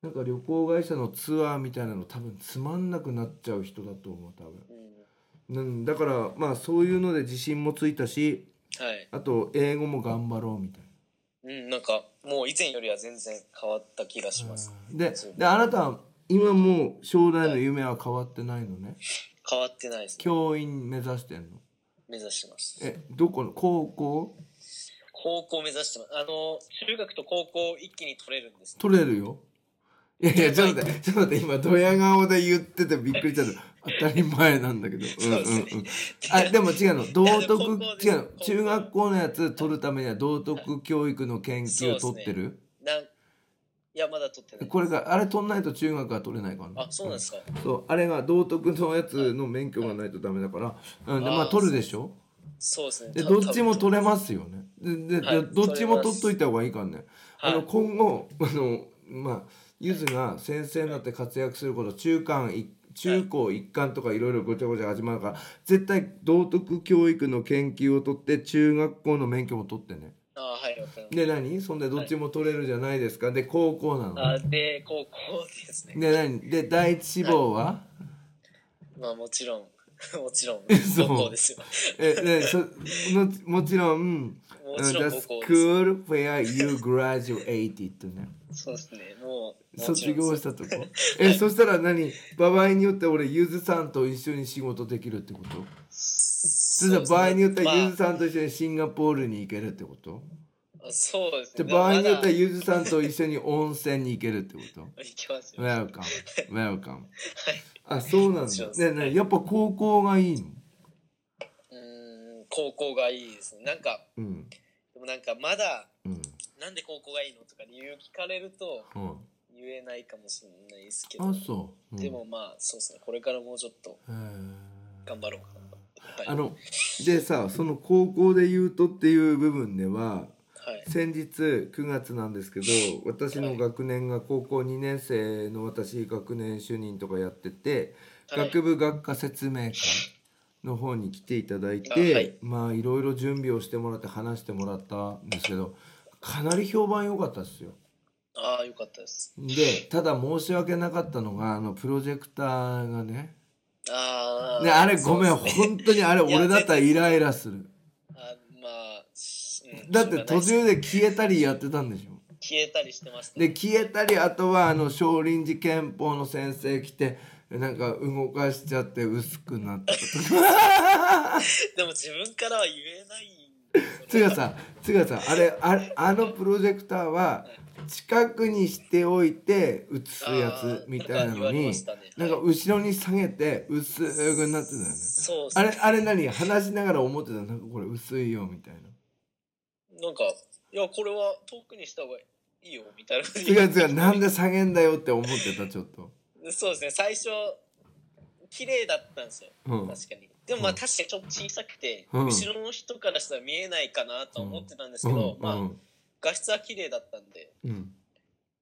S2: なんか旅行会社のツアーみたいなの多分つまんなくなっちゃう人だと思う多分
S3: うん
S2: うんだからまあそういうので自信もついたし
S3: はい。
S2: あと英語も頑張ろうみたい
S3: うん、なんか、もう以前よりは全然変わった気がし
S2: な
S3: ます。
S2: で
S3: そう
S2: であなたは今もう将来の夢は変わってないのね
S3: 変わってないですね。
S2: 教員目指してんの
S3: 目指してます。
S2: えどこの高校
S3: 高校目指してます。あの、中学と高校一気に取れるんです、ね。
S2: 取れるよいやいやちょっと待ってちょっと待って今ドヤ顔で言っててびっくりしちゃった当たり前なんだけどうんうん
S3: そうです
S2: うん
S3: ね
S2: あでも違うの道
S3: いやでも
S2: 徳
S3: 高校です
S2: 違うの
S3: 高校
S2: 中学校のやつ取るためには道徳教育の研究を
S3: そう
S2: 取っ
S3: ですね
S2: てる、
S3: なんいや、まだ取ってないです。
S2: これがあれ取んないと中学は取れないからね
S3: あ、そうなんですか。
S2: そうあれが道徳のやつの免許がないとダメだから、うん、でまあ
S3: あー
S2: 取るでしょ
S3: そうですね。
S2: で
S3: た
S2: どっちも
S3: 多分
S2: 取れますよねでで、
S3: はい
S2: どっちも
S3: 取れま
S2: 取っ
S3: す
S2: といた方がいいからね、あの
S3: はい
S2: 今後あのまあゆずが先生になって活躍すること中間一中高一貫とかいろいろごちゃごちゃ始まるから絶対道徳教育の研究を取って中学校の免許も取ってね
S3: あ、はい、わかりまし
S2: で何そんでどっちも取れるじゃないですかで高校なの
S3: た。あ、で、高校ですね。
S2: で何で第一志望は、
S3: まあ、もちろん、 もちろん
S2: そう
S3: 母校ですよ。
S2: え、ね、そ ももちろん、
S3: も
S2: うん
S3: ちろん
S2: the
S3: 母校で
S2: school where you graduated ね。
S3: す。そうですね。もう、もち
S2: 卒
S3: ろん
S2: 業したとこ。え、そしたら何場合によって俺、ゆずさんと一緒に仕事できるってことそ
S3: そ
S2: した
S3: うで
S2: ら
S3: すね
S2: 場合によっては
S3: まあ
S2: ゆずさんと一緒にシンガポールに行けるってこと
S3: そうです
S2: で
S3: ね。
S2: 場合によっては
S3: ま
S2: ゆずさんと一緒に温泉に行けるってこと
S3: だいきますよ。
S2: ウェル カム。ウェルカム。
S3: はい。
S2: あ、そうなん
S3: もちろんで
S2: だ。
S3: す
S2: ねねやっぱ高校がいいの
S3: うーん、高校がいいですね。なんか、
S2: うん。
S3: でもなんかまだ、
S2: うん。
S3: なんで高校がいいのとか理由聞かれると
S2: うん
S3: 言えないかもしれないですけど
S2: あ、、そう。うん
S3: でもまあ、そうですね。これからもうちょっと
S2: へー
S3: 頑張ろうかなと。
S2: あのでさその高校で言うとっていう部分では
S3: はい。
S2: 先日9月なんですけど私の学年が高校2年生の私学年主任とかやってて、
S3: はい
S2: 学部学科説明会の方に来ていただいて
S3: あはい
S2: まあいろいろ準備をしてもらって話してもらったんですけどかなり評判良かったですよ。
S3: ああ、よかったです。
S2: でただ申し訳なかったのがあのプロジェクターがね
S3: ああ。
S2: ねあれ
S3: そ
S2: ご
S3: う
S2: め
S3: で
S2: ん
S3: すね
S2: 本当にあれ
S3: いや
S2: 俺だったらイライラする。
S3: あまあ、しうん
S2: だって
S3: しょうがない
S2: 途
S3: です
S2: 中で消えたりやってたんでしょ
S3: 消えたりしてました、
S2: で消えたりあとはあの少林寺拳法の先生来てなんか動かしちゃって薄くなったとか
S3: でも自分からは言えない
S2: つがさつがさあれあれあのプロジェクターは近くにしておいて映すやつみたいなのになんか後ろに下げて薄くなってたよね
S3: そうっす
S2: あれあれ何話しながら思ってたなんかこれ薄いよみたいな
S3: なんかいやこれは遠くにした方がいいよみたいな
S2: つがつがなんで下げんだよって思ってたちょっと
S3: そうですね最初綺麗だったんですよ
S2: うん
S3: 確かにでもまあ
S2: うん
S3: 確かにちょっと小さくて、
S2: うん
S3: 後ろの人からしたら見えないかなとは思ってたんですけど、
S2: うん
S3: まあ、
S2: うん
S3: 画質は綺麗だったんで
S2: うん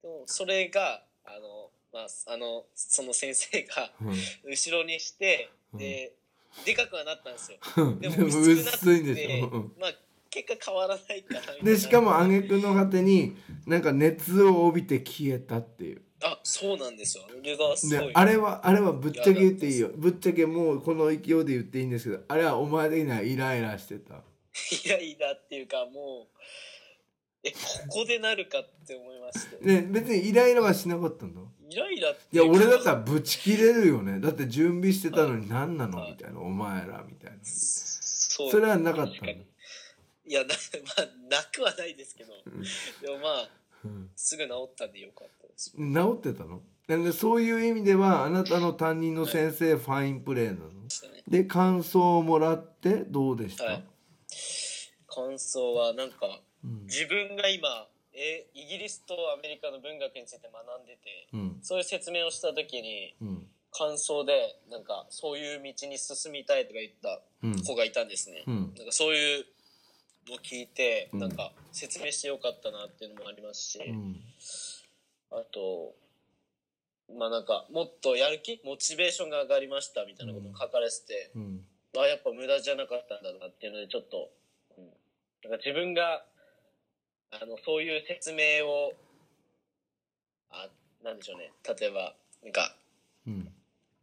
S3: でもそれがあのまああのその先生が
S2: うん
S3: 後ろにしてで、でかくはなったんですよ
S2: で
S3: で
S2: も
S3: も薄くなって
S2: 薄いんでしょうん
S3: まあ結果変わらないからみたいな
S2: でしかも挙句の果てになんか熱を帯びて消えたっていう
S3: あそうなんですよあれがすご
S2: で
S3: い
S2: あれはあれはぶっちゃけ言っていいよぶっちゃけもうこの勢いで言っていいんですけどあれはお前的にはイライラしてた
S3: イライラっていうかもうえここでなるかって思いました
S2: で別にイライラはしなかったんだ
S3: イライラって
S2: い
S3: い
S2: や
S3: うか
S2: 俺だったらぶち切れるよねだって準備してたのに何なの
S3: はい
S2: みたいなお前らみたいな
S3: そう
S2: それはなかった
S3: 確にいやな,、まあ、なくはないですけど
S2: ん
S3: でもまあ
S2: うん
S3: すぐ治ったんでよかったです
S2: 治ってたのなんでそういう意味ではあなたの担任の先生ファインプレーなの
S3: ね
S2: で感想をもらってどうでした、
S3: はい感想はなんか
S2: うん
S3: 自分が今えイギリスとアメリカの文学について学んでて
S2: うん
S3: そういう説明をした時に
S2: うん
S3: 感想でなんかそういう道に進みたいとか言った
S2: うん
S3: 子がいたんですね、
S2: うん
S3: なんかそういうのを聞いて、
S2: うん
S3: なんか説明してよかったなっていうのもありますし、
S2: うん
S3: あとまあなんかもっとやる気モチベーションが上がりましたみたいなことも書かれてて、
S2: うん
S3: あやっぱ無駄じゃなかったんだなっていうのでちょっと、うんなんか自分があのそういう説明をあなんでしょうね例えばなんか
S2: うん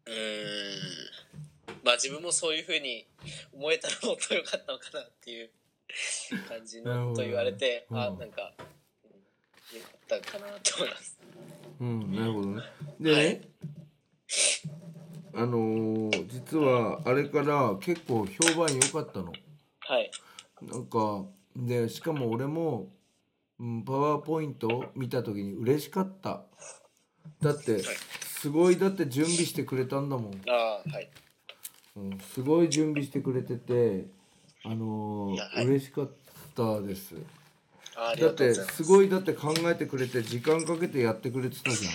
S3: うーんまあ自分もそういうふうに思えたらもっと良かったのかなっていう感じ
S2: なるほ
S3: の
S2: ど
S3: と言われて、
S2: うん
S3: あなんかうん良かったかなと思います。
S2: うんなるほどねでねあのー実はあれから結構評判良かったの
S3: はい
S2: なんかでしかも俺も、うん、パワーポイント見た時に嬉しかっただってすごいだって準備してくれたんだもん
S3: あーはい
S2: うん、すごい準備してくれてて、あの
S3: いやはい
S2: ー、嬉しかったです。
S3: あーあり
S2: だ
S3: が
S2: っ
S3: とう
S2: て
S3: ございます
S2: すごいだって考えてくれて時間かけてやってくれてたじ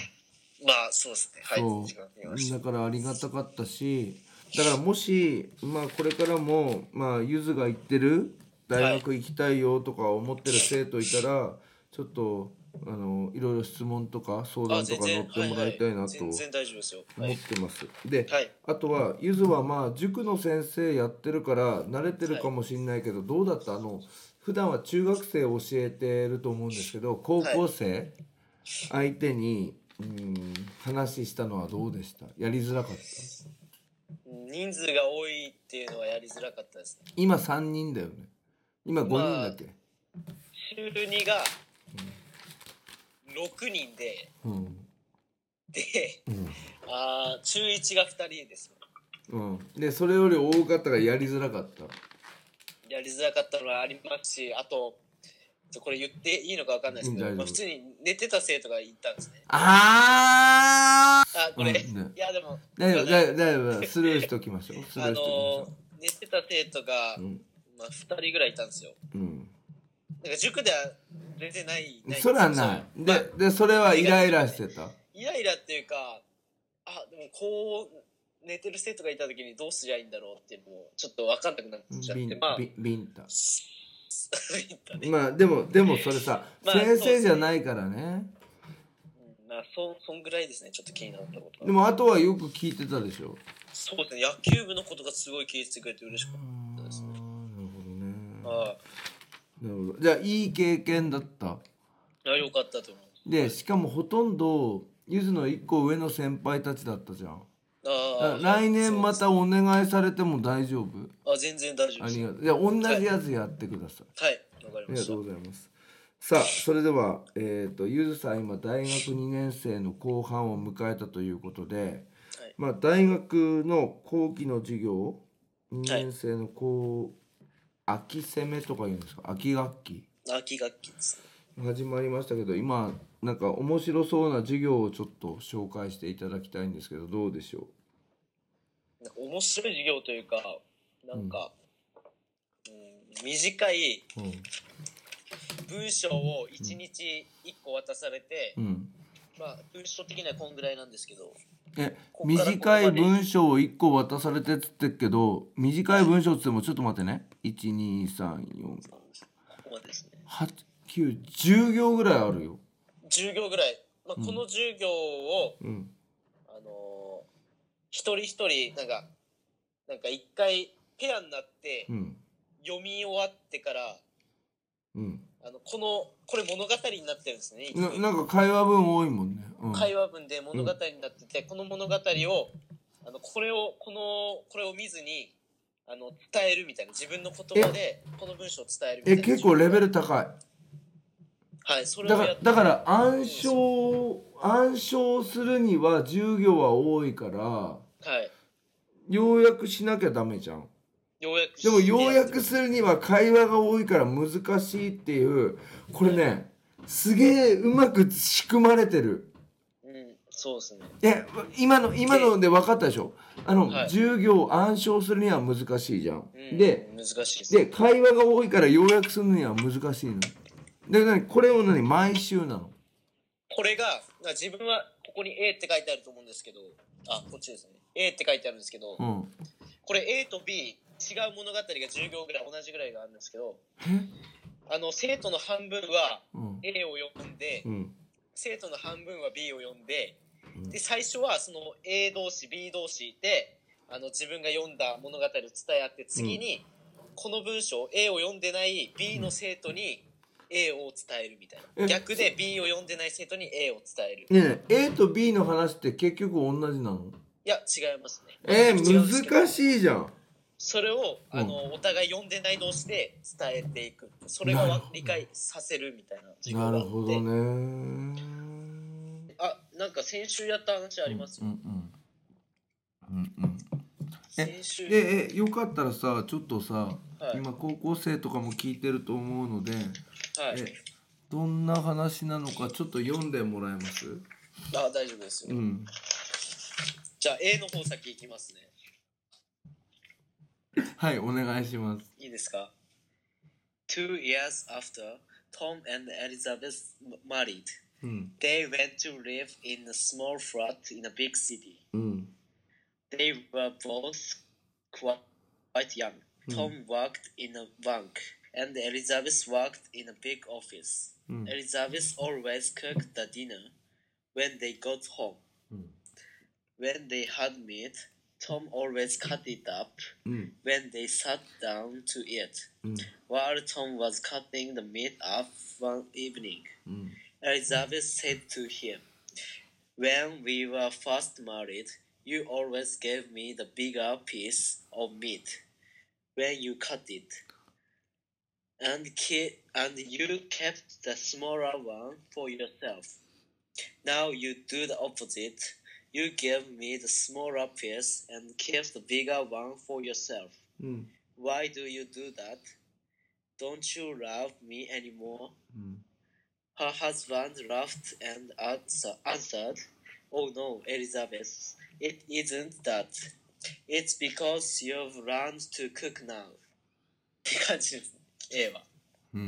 S3: まあそうですねはい
S2: ゃん。
S3: 時間かけま
S2: そ
S3: し
S2: う
S3: た
S2: だからありがたかったし、だからもしまあこれからもまあゆずが行ってる大学行きたいよとか思ってる生徒いたらちょっとあのいろいろ質問とか相
S3: あ
S2: 談とか乗ってもらいたい
S3: は
S2: な
S3: は
S2: と
S3: 全然大丈夫ですよは
S2: 思っ
S3: い、
S2: てます。で、
S3: はい、
S2: あとはゆずはまあ塾の先生やってるから慣れてるかもしんないけど、どうだったあの普段は中学生教えてると思うんですけど高校生相手に、うん話したのはどうでしたやりづらかった
S3: うん人数が多いっていうのはやりづらかったですね。
S2: 今3人だよね今5人だっけ、
S3: 週2が6人で、
S2: うん
S3: で、あー中1が2人ですね。
S2: うん、うん、でそれより大方がやりづらかった
S3: やりづらかったのはありますし、あと、これ言っていいのかわかんないですけ
S2: う
S3: ど、
S2: ん大丈夫
S3: まあ、普通に寝てた生徒がいたんですね。
S2: ああ
S3: あ、これ、
S2: うんね
S3: いやでも、
S2: 大丈夫
S3: まあ
S2: 大丈夫スルーしときましょうスル
S3: あ
S2: ー
S3: の
S2: しときましょ
S3: ー寝てた生徒が、
S2: う、うん
S3: まあ、2人ぐらいいたんですよ。
S2: うん
S3: なんか塾では全然ない。ないんです
S2: そ
S3: よ
S2: らない
S3: そう
S2: で,、
S3: まあ
S2: でそれはイライラしてた
S3: イライラっていうかあでもこう寝てる生徒がいた時にどうすりゃいいんだろうっていうのもちょっと分かんなくなっちゃっ
S2: ビ
S3: て
S2: ン
S3: まあ
S2: ビンビンタ
S3: そういったね
S2: まあでもでもそれさ、
S3: まあ
S2: 先
S3: そうで
S2: 生
S3: すね
S2: じゃないからね
S3: うんまあそんそんぐらいですねちょっと気になったことは
S2: でもあとはよく聞いてたでしょ
S3: そうですね野球部のことがすごい聞いてくれて嬉しかっ
S2: な
S3: そう
S2: る
S3: ですね
S2: ほどね
S3: たあ
S2: なるほどじゃあいい経験だった
S3: あよかったと思います
S2: でしかもほとんどゆずの一個上の先輩たちだったじゃん
S3: あ
S2: だ
S3: あ
S2: 来年ま
S3: そう
S2: たお願いされても大丈夫
S3: ですあ全然大丈夫
S2: あ
S3: です
S2: りがとうじゃあ同じやつやってください
S3: はいわかり
S2: あ
S3: ま
S2: りが
S3: し
S2: と
S3: た
S2: うございますさあそれではえっ、とゆずさん今大学2年生の後半を迎えたということで、
S3: はい
S2: まあ大学の後期の授業2年生のこう、秋攻めとか言うんですか秋学期
S3: 秋学期ですね
S2: 始まりましたけど今なんか面白そうな授業をちょっと紹介していただきたいんですけどどうでしょ
S3: なんか面白い授業というかなんか、うん、短いう文章を1日1個渡されて、
S2: うん、うん、
S3: まあ文章的にはこんぐらいなんですけど
S2: え
S3: こっから
S2: 短
S3: ここまで
S2: い文章を1個渡されてっつってっけど短い文章っつってもちょっと待ってね12348
S3: ここまでですね
S2: 9 10行ぐらいあるよ、
S3: 10行ぐらい、ま
S2: うん
S3: あ、この10行を、
S2: うん、
S3: あのー一人一人なんかなんか一回ペアになって
S2: うん
S3: 読み終わってから
S2: うん
S3: あのこのこれ物語になってるんですね一
S2: な
S3: 部
S2: なんか会話文多いもんね、うん、
S3: 会話文で物語になってて、この物語をあのこれをこのこれを見ずにあの伝えるみたいな自分の言葉でこの文章を伝えるみたい
S2: え
S3: な
S2: 結構レベル高い
S3: はいそれ
S2: だ
S3: を
S2: か
S3: や
S2: ら
S3: っ
S2: だから暗唱暗唱するには10行は多いから
S3: はい
S2: 要約しなきゃダメじゃん
S3: ようやく
S2: でも要
S3: やって
S2: 約するには会話が多いから難しいっていうこれねすげえうまく仕組まれてる
S3: うん、そうですね。
S2: え今の今ので分かったでしょあの、
S3: はい
S2: 10行暗唱するには難しいじゃん、
S3: うん、
S2: で
S3: 難しいです。
S2: で会話が多いから要約するには難しいので何これを何毎週なの
S3: これが、まあ自分はここに A って書いてあると思うんですけど、あ、こっちですね。A って書いてあるんですけど、
S2: うん
S3: これ A と B、違う物語が10行ぐらい、同じぐらいがあるんですけど、あの、生徒の半分は
S2: うん
S3: A を読んで、
S2: うん
S3: 生徒の半分は B を読んで
S2: うん、
S3: で、最初はその A 同士、B 同士で、あの、自分が読んだ物語を伝え合って、次に、この文章、A を読んでない B の生徒に A を伝えるみたい
S2: え
S3: な。逆で B を読んでない生徒に A を伝える。い
S2: ねえねえ A と B の話って結局同じなの
S3: や、違いますね。
S2: え
S3: 違うんです
S2: ー、
S3: けど
S2: 難しいじゃん
S3: それを、あの、お互い読んでない同士で伝えていく。それを
S2: なる
S3: わ
S2: ほど
S3: 理解させるみたいな授
S2: な
S3: 業があ
S2: る
S3: って
S2: ほどね
S3: あ、なんか先週やった話あります
S2: う
S3: よ。
S2: んうんうんうん
S3: 先週。
S2: でえよかったらさちょっとさ、
S3: はい
S2: 今高校生とかも聞いてると思うので、
S3: はい。
S2: えどんな話なのかちょっと読んでもらえます
S3: あ、大丈夫ですよ。
S2: うん
S3: じゃあ A の方先行きますね。
S2: はいお願いします
S3: いいですか ?Two years after Tom and Elizabeth married,
S2: うん、
S3: they went to live in a small flat in a big city.
S2: うん、
S3: They were both quite, quite young. Tom worked in a bank, and Elizabeth worked in a big office. Elizabeth always cooked the dinner when they got home. When they had meat, Tom always cut it up
S2: うん、
S3: when they sat down to eat.
S2: Mm.
S3: While Tom was cutting the meat up one evening,
S2: Mm.
S3: Elizabeth said to him, When we were first married, You always gave me the bigger piece of meat when you cut it, and ki- and you kept the smaller one for yourself. Now you do the opposite. You give me the smaller piece and keep the bigger one for yourself.
S2: うん、
S3: Why do you do that? Don't you love me anymore?
S2: うん、
S3: Her husband laughed and answer, answered, Oh no, Elizabeth, it isn't that. It's because you've learned to cook now. って感じです。A は。
S2: うん、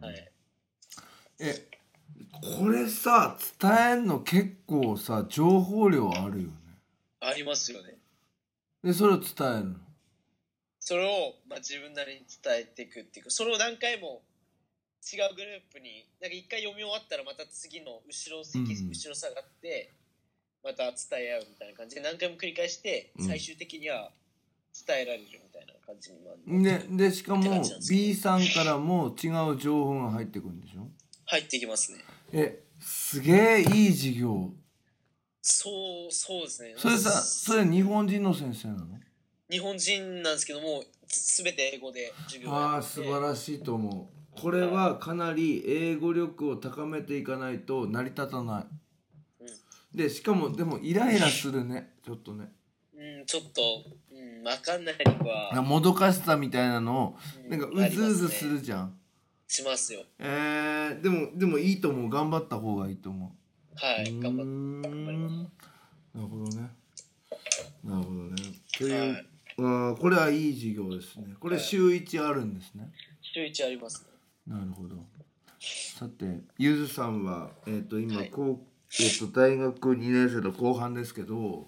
S2: うん。
S3: はい。
S2: え、これさ、伝えんの結構さ、情報量あるよね。
S3: ありますよね。
S2: で、それを伝えるの。
S3: それを、まあ、自分なりに伝えていくっていうかそれを何回も違うグループになんか一回読み終わったらまた次の後ろ席、
S2: うん
S3: 後ろ下がってまた伝え合うみたいな感じで何回も繰り返して
S2: うん
S3: 最終的には伝えられるみたいな感じになる、
S2: ね、で、しか
S3: って感
S2: も
S3: じなんですよ
S2: B さんからも違う情報が入ってくるんでしょ
S3: 入ってきますね
S2: え、すげえいい授業。
S3: そうそうですね
S2: それさ、それ日本人の先生なの
S3: 日本人なんですけども全て英語で授業を
S2: あ
S3: や
S2: あ
S3: って
S2: 素晴らしいと思うこれはかなり英語力を高めていかないと成り立たない、でしかもでもイライラするねちょっとね
S3: うんちょっと、うん、分かんないの
S2: な
S3: は
S2: もどかしさみたいなのをなんか
S3: うんあ
S2: う
S3: り
S2: ず
S3: ま
S2: う
S3: すね
S2: ずするじゃん、
S3: しますよ
S2: えー、でもでもいいと思う頑張った方がいいと思う、
S3: は
S2: うー
S3: い
S2: ん
S3: 頑張って頑張りま
S2: なるほどねなるほどねという、
S3: はい
S2: あーこれはいい授業ですねこれ週1あるんですね、
S3: 週一ありますね
S2: なるほど。さて、ゆずさんは、えっ、と、今、
S3: はい
S2: こう、えっ、と、大学2年生の後半ですけど。
S3: は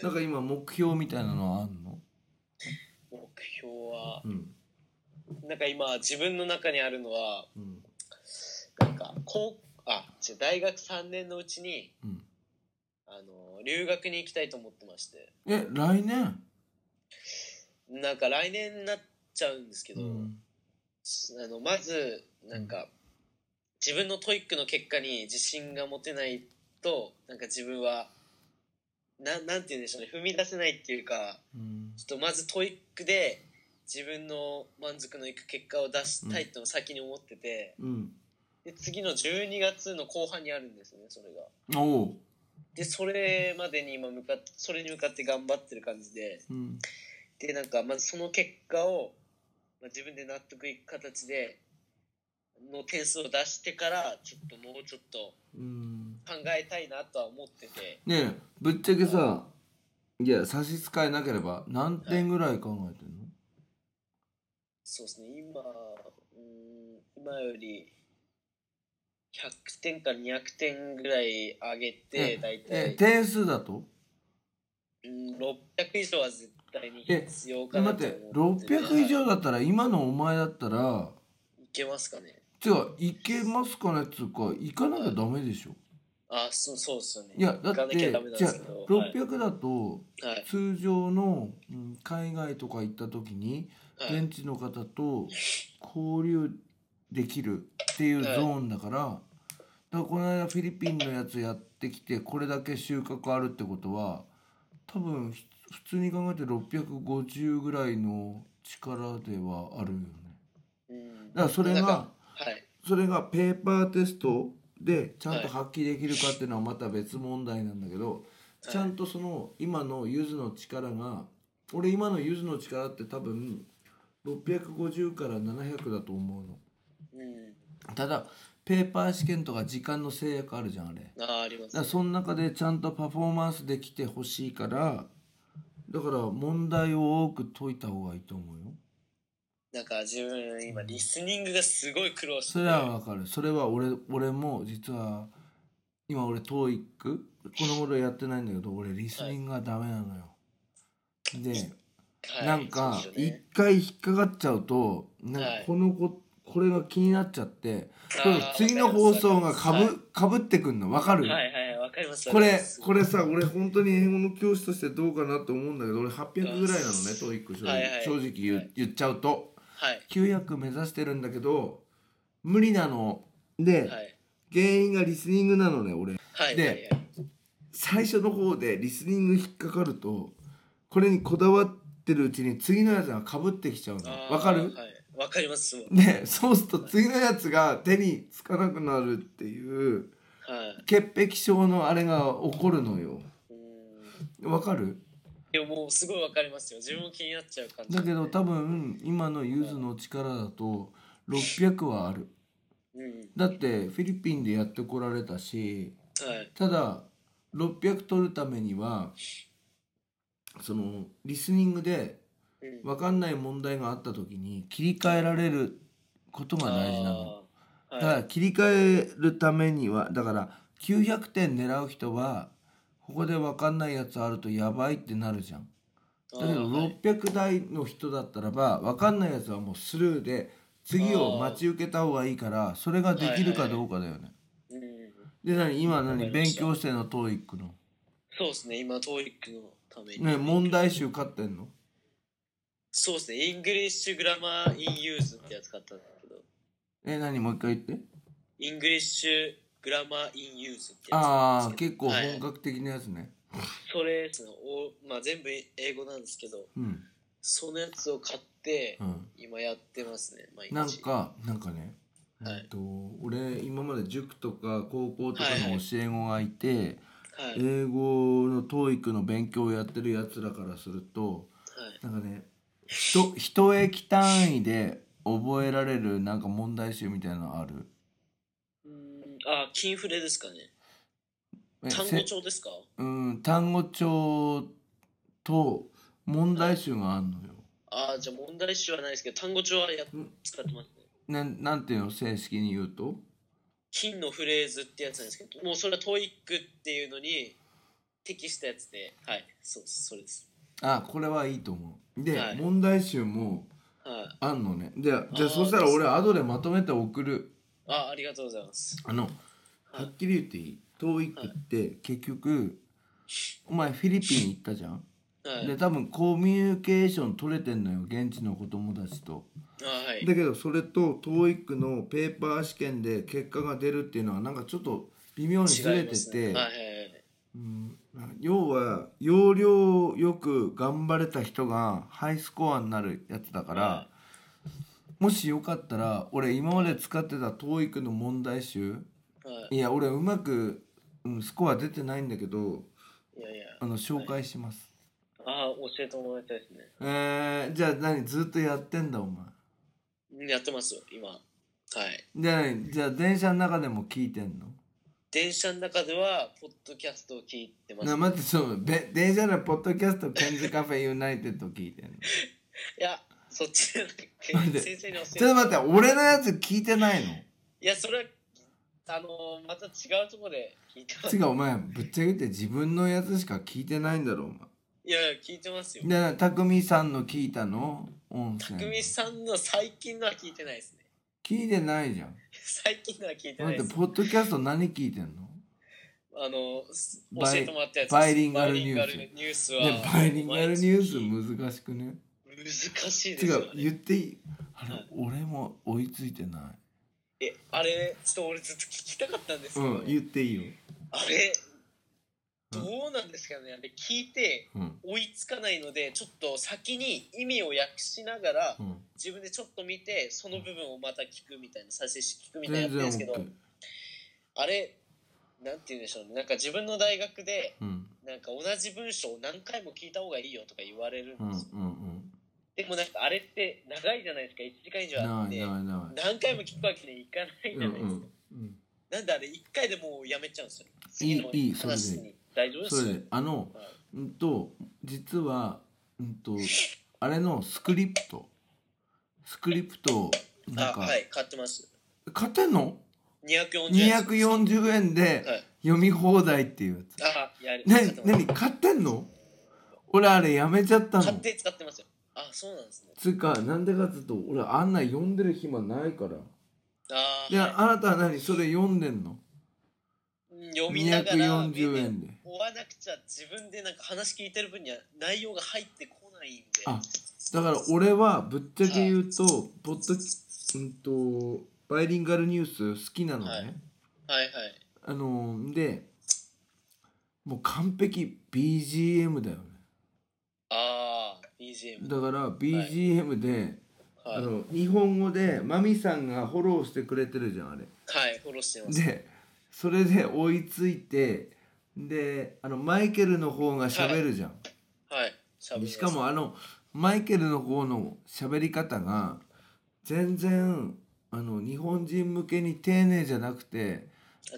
S3: い
S2: なんか、今、目標みたいなのはあんの。
S3: 目標は
S2: うん。
S3: なんか今自分の中にあるのは
S2: うん。
S3: なんか高あ違う大学3年のうちに
S2: うん。
S3: あの留学に行きたいと思ってまして
S2: え、来年。
S3: なんか来年になっちゃうんですけど、
S2: うん。
S3: あのまずなんか自分のトイックの結果に自信が持てないとなんか自分はななんて言うんでしょうね踏み出せないっていうか
S2: うん。
S3: ちょっとまずトイックで自分の満足のいく結果を出したいってのを先に思ってて。
S2: うん。
S3: で次の12月の後半にあるんですねそれが
S2: おう。
S3: でそれまでに今向かっそれに向かって頑張ってる感じで
S2: うん。
S3: でなんかまずその結果を、まあ、自分で納得いく形での点数を出してからちょっともうちょっと
S2: うん。
S3: 考えたいなとは思ってて
S2: ねえ、ぶっちゃけさ。いや、差し支えなければ、何点ぐらい考えてんの。
S3: そうですね今うーん今より100点から200点ぐらい上げて大
S2: え、
S3: 体
S2: 点数だと。
S3: うん600以上は絶対に
S2: え
S3: 必要か
S2: 待
S3: な
S2: っ
S3: と思っ
S2: て、
S3: てて
S2: 600以上だったら、今のお前だったら。
S3: いけますかね
S2: じゃあ行けますかねっつうか行かなきゃダメでしょ
S3: あそうそうっすよね
S2: いやだ
S3: 行か
S2: っ
S3: なきゃ
S2: て
S3: ダメな
S2: じ
S3: んで
S2: ゃあ
S3: すけどはい
S2: 600だと
S3: はい
S2: 通常のうん海外とか行った時に
S3: はい
S2: 現地の方と交流できるっていうゾーンだからだからこの間フィリピンのやつやってきてこれだけ収穫あるってことは多分ひ普通に考えて650ぐらいの力ではあるよね。
S3: うん
S2: だからそれ
S3: なん
S2: が
S3: かはい
S2: それがペーパーテストでちゃんと発揮できるかっていうのはまた別問題なんだけど、
S3: はい
S2: ちゃんとその今のゆずの力が俺今のゆずの力って多分650から700だと思うの
S3: うん
S2: ただペーパー試験とか時間の制約あるじゃんあれだか
S3: あーあります
S2: らその中でちゃんとパフォーマンスできてほしいからだから問題を多く解いた方がいいと思うよ
S3: なんか自分今リスニングがすごい苦労して
S2: それはわかるそれは俺俺も実は今俺 TOEIC この頃やってないんだけど俺リスニングがダメなのよ、で
S3: はい
S2: なんか
S3: そうですよ
S2: 一
S3: ね
S2: 回引っかかっちゃうとなんか
S3: はい
S2: このここれが気になっちゃって
S3: あー
S2: これ次の放送がか
S3: わかり
S2: ぶかぶってくんのわかる、
S3: はいはいはいわかります
S2: こ
S3: わかり
S2: れ
S3: ます
S2: これさ俺本当に英語の教師としてどうかなと思うんだけど俺800ぐらいなのね TOEIC 正直,、
S3: はいはい
S2: 正直言う
S3: はい
S2: 言っちゃうと
S3: はい
S2: 900目指してるんだけど無理なので、
S3: はい
S2: 原因がリスニングなのね俺
S3: はい
S2: で
S3: はいはい
S2: 最初の方でリスニング引っかかるとこれにこだわってるうちに次のやつがかぶってきちゃう
S3: あ
S2: の
S3: ー
S2: わかる、
S3: はい。わかりますもん。
S2: ねそうすると次のやつが手につかなくなるっていう
S3: はい。
S2: 潔癖症のあれが起こるのよ
S3: うん。
S2: わかる
S3: でももうすごいわかりますよ。自分も気になっちゃう感じ。
S2: だけど多分今のゆずの力だと600はある
S3: うん。
S2: だってフィリピンでやってこられたし
S3: はい。
S2: ただ600取るためにはそのリスニングで
S3: うん。
S2: 分かんない問題があった時に切り替えられることが大事なの。
S3: あ
S2: だ
S3: ー
S2: か
S3: は
S2: ら
S3: い。
S2: 切り替えるためにはだから900点狙う人はここで分かんないやつあるとやばいってなるじゃん。だけ
S3: あ
S2: ど
S3: ーはい
S2: 600台の人だったらば分かんないやつはもうスルーで次を待ち受けた方がいいからそれができるかどうかだよね。
S3: うん。
S2: で何今
S3: わか
S2: 何
S3: りま
S2: 勉
S3: した
S2: 強してんの TOEIC の。
S3: そうですね。今、トーイックのために。
S2: ね問題集買ってんの
S3: そうですね。イングリッシュグラマー・イン・ユーズってやつ買ったんですけど、
S2: え何もう一回言って。
S3: イングリッシュグラマー・イン・ユーズってや
S2: あ
S3: つなん
S2: あ
S3: ですけ
S2: 結
S3: ど
S2: 構
S3: はい
S2: 本格的なやつね。
S3: それですね。おまあ、全部英語なんですけど、
S2: うん
S3: そのやつを買って、
S2: うん。
S3: 今やってますね。毎日
S2: なんかなんかね、
S3: はい
S2: えっと俺今まで塾とか高校とか
S3: はいは
S2: の
S3: い
S2: 教え子がいて、
S3: はい。はい。
S2: 英語の TOEIC の勉強をやってるやつらからするとなんかね人一駅単位で覚えられるなんか問題集みたいなのある
S3: うんあ、金フレですかね。
S2: え
S3: 単語
S2: せ
S3: 帳ですか
S2: うん単語帳と問題集があるのよ。
S3: あーじゃあ問題集はないですけど、単語帳はや
S2: うん
S3: 使ってますね。
S2: なんなんていうの正式に言うと
S3: 金のフレーズってやつなんですけど、もうそれはトーイックっていうのに適したやつで、はい、そうです、それです。
S2: あこれはいいと思う。で、
S3: はい
S2: 問題集も
S3: はい。
S2: あんのねでじゃあ
S3: あー
S2: そしたら俺後でまとめて送る
S3: あ、ありがとうございます。
S2: あのはっきり言っていい TOEIC って結局お前フィリピン行ったじゃん
S3: はい。
S2: で多分コミュニケーション取れてんのよ現地の子供たちと
S3: あはい。
S2: だけどそれと TOEIC のペーパー試験で結果が出るっていうのはなんかちょっと微妙にず
S3: 違
S2: れ
S3: いま
S2: て
S3: す
S2: て、
S3: ね。はいはいはい。
S2: うん、要は要領よく頑張れた人がハイスコアになるやつだから、
S3: は
S2: もしよかったら俺今まで使ってた TOEIC の問題集
S3: はい
S2: いや俺うまく、うん、スコア出てないんだけど
S3: いやいや。
S2: あの紹介します、
S3: あー教えてもらいたいですね。
S2: えー、じゃあ何ずっとやってんだお前
S3: うんやってますよ、今。はい。
S2: じゃあ何じゃあ電車の中でも聞いてんの
S3: 電車の中では、ポッドキャストを聞いてます。
S2: な待ってそうべ電車のポッドキャストケンズカフェユナイテッド聞いてんの
S3: いや、そっちじゃなくて
S2: 待って、
S3: 先生に教えて
S2: ちょっと待って俺のやつ聞いてないの
S3: いや、それは、あのーまた違うところで聞いてます。
S2: つうかお前ぶっちゃけて自分のやつしか聞いてないんだろお
S3: いやいや、聞いてますよ。
S2: 前で匠さんの聞いたの音声
S3: 匠さんの最近のは聞いてないですね。
S2: 聞いてないじゃん
S3: 最近のは聞いて
S2: だっ
S3: ない
S2: て
S3: です。
S2: ポッドキャスト何聞いてんの
S3: あのす教
S2: バイ
S3: えてもらったやつです
S2: バイリンガルニュース
S3: バイリンガルニュ
S2: で
S3: ースは、
S2: バイリンガルニュース難しくね
S3: ス難しいです
S2: 違う
S3: よね。
S2: 言っていいあれ
S3: はい
S2: 俺も追いついてな
S3: え、あれ、ちょっと俺ずっと聞きたかったんです
S2: い
S3: け
S2: う
S3: ど、
S2: ん言っていいよ
S3: あれ、
S2: うん
S3: どうなんですかね。あれ、聞いて
S2: うん
S3: 追いつかないので、ちょっと先に意味を訳しながら
S2: う、ん
S3: 自分でちょっと見て、その部分をまた聞くみたいな、再生し聞くみたいな
S2: 全
S3: やって
S2: 然
S3: るんですけど、
S2: OK
S3: あれ、なんて言うんでしょうね。なんか自分の大学で、
S2: うん
S3: なんか同じ文章を何回も聞いた方がいいよとか言われる
S2: うんん
S3: ですよ。
S2: うん
S3: でもなんかあれって長いじゃないですか、1時間以
S2: うん
S3: 上あ
S2: な
S3: っ
S2: い
S3: て、
S2: ないな
S3: 何回も聞くわけにいかない
S2: い
S3: じ
S2: う
S3: ゃ
S2: ん
S3: ないですか。
S2: うんうん
S3: なんであれ1回でもうやめちゃうんですよ。
S2: いい
S3: 次の
S2: いいそれで
S3: 話に大丈夫です
S2: それであの
S3: はい
S2: うんと実はうんとあれのスクリプトスクリプトなん
S3: あ、
S2: か、
S3: はい、買ってます。
S2: 買ってんの
S3: 240円です。
S2: 240円
S3: は
S2: で
S3: い。
S2: 読み放題っていうや
S3: あ、やる。
S2: つ、な
S3: 買ってます
S2: 何買ってんの俺あれやめちゃった
S3: 買っ
S2: の
S3: て使ってますよ。あ、そうなんですね。
S2: つうかなんでかっつうと俺あんな読んでる暇ないから
S3: あー
S2: で
S3: はい
S2: あなたは何それ読んでんの
S3: うん読みながら、
S2: 240円で
S3: 追わなくちゃ自分でなんか話聞いてる分には内容が入ってこないんで
S2: あだから俺はぶっちゃけ言うとポッドうんとバイリンガルニュース好きなのね、
S3: はいはい
S2: あのでもう完璧 BGM だよね
S3: ああ、BGM。
S2: だから BGM で、
S3: はい
S2: あ。の日本語でマミさんがフォローしてくれてるじゃんあれ
S3: はい、フォローしてます。
S2: でそれで追いついてであのマイケルの方が喋るじゃん、
S3: はい。しゃべ
S2: でしかもあのマイケルの方の喋り方が全然あの日本人向けに丁寧じゃなくて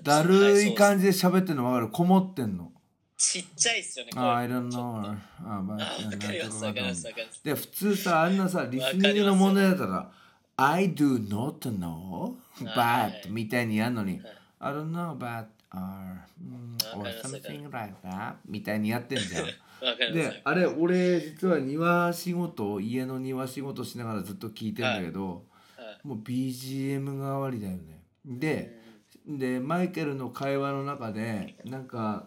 S2: だるい感
S3: じ。
S2: じで喋ってるの分かるこもってんの
S3: ちっちゃいっすよね。
S2: 「
S3: これ
S2: I don't
S3: ちょ
S2: know」あまあ
S3: あわかります、わかります、わかります。
S2: で普通さあんなさリスニングの問題だったら「I do not know
S3: はい
S2: but」みたいにやるのに
S3: はい
S2: 「I don't know but are、うん or
S3: わかりますわかり
S2: something like that」みたいにやってんじゃん。
S3: わかります
S2: で。あれ俺実は庭仕事を家の庭仕事しながらずっと聞いてんだけど、
S3: はい
S2: もう BGM 代わりだよね。ででマイケルの会話の中でなんか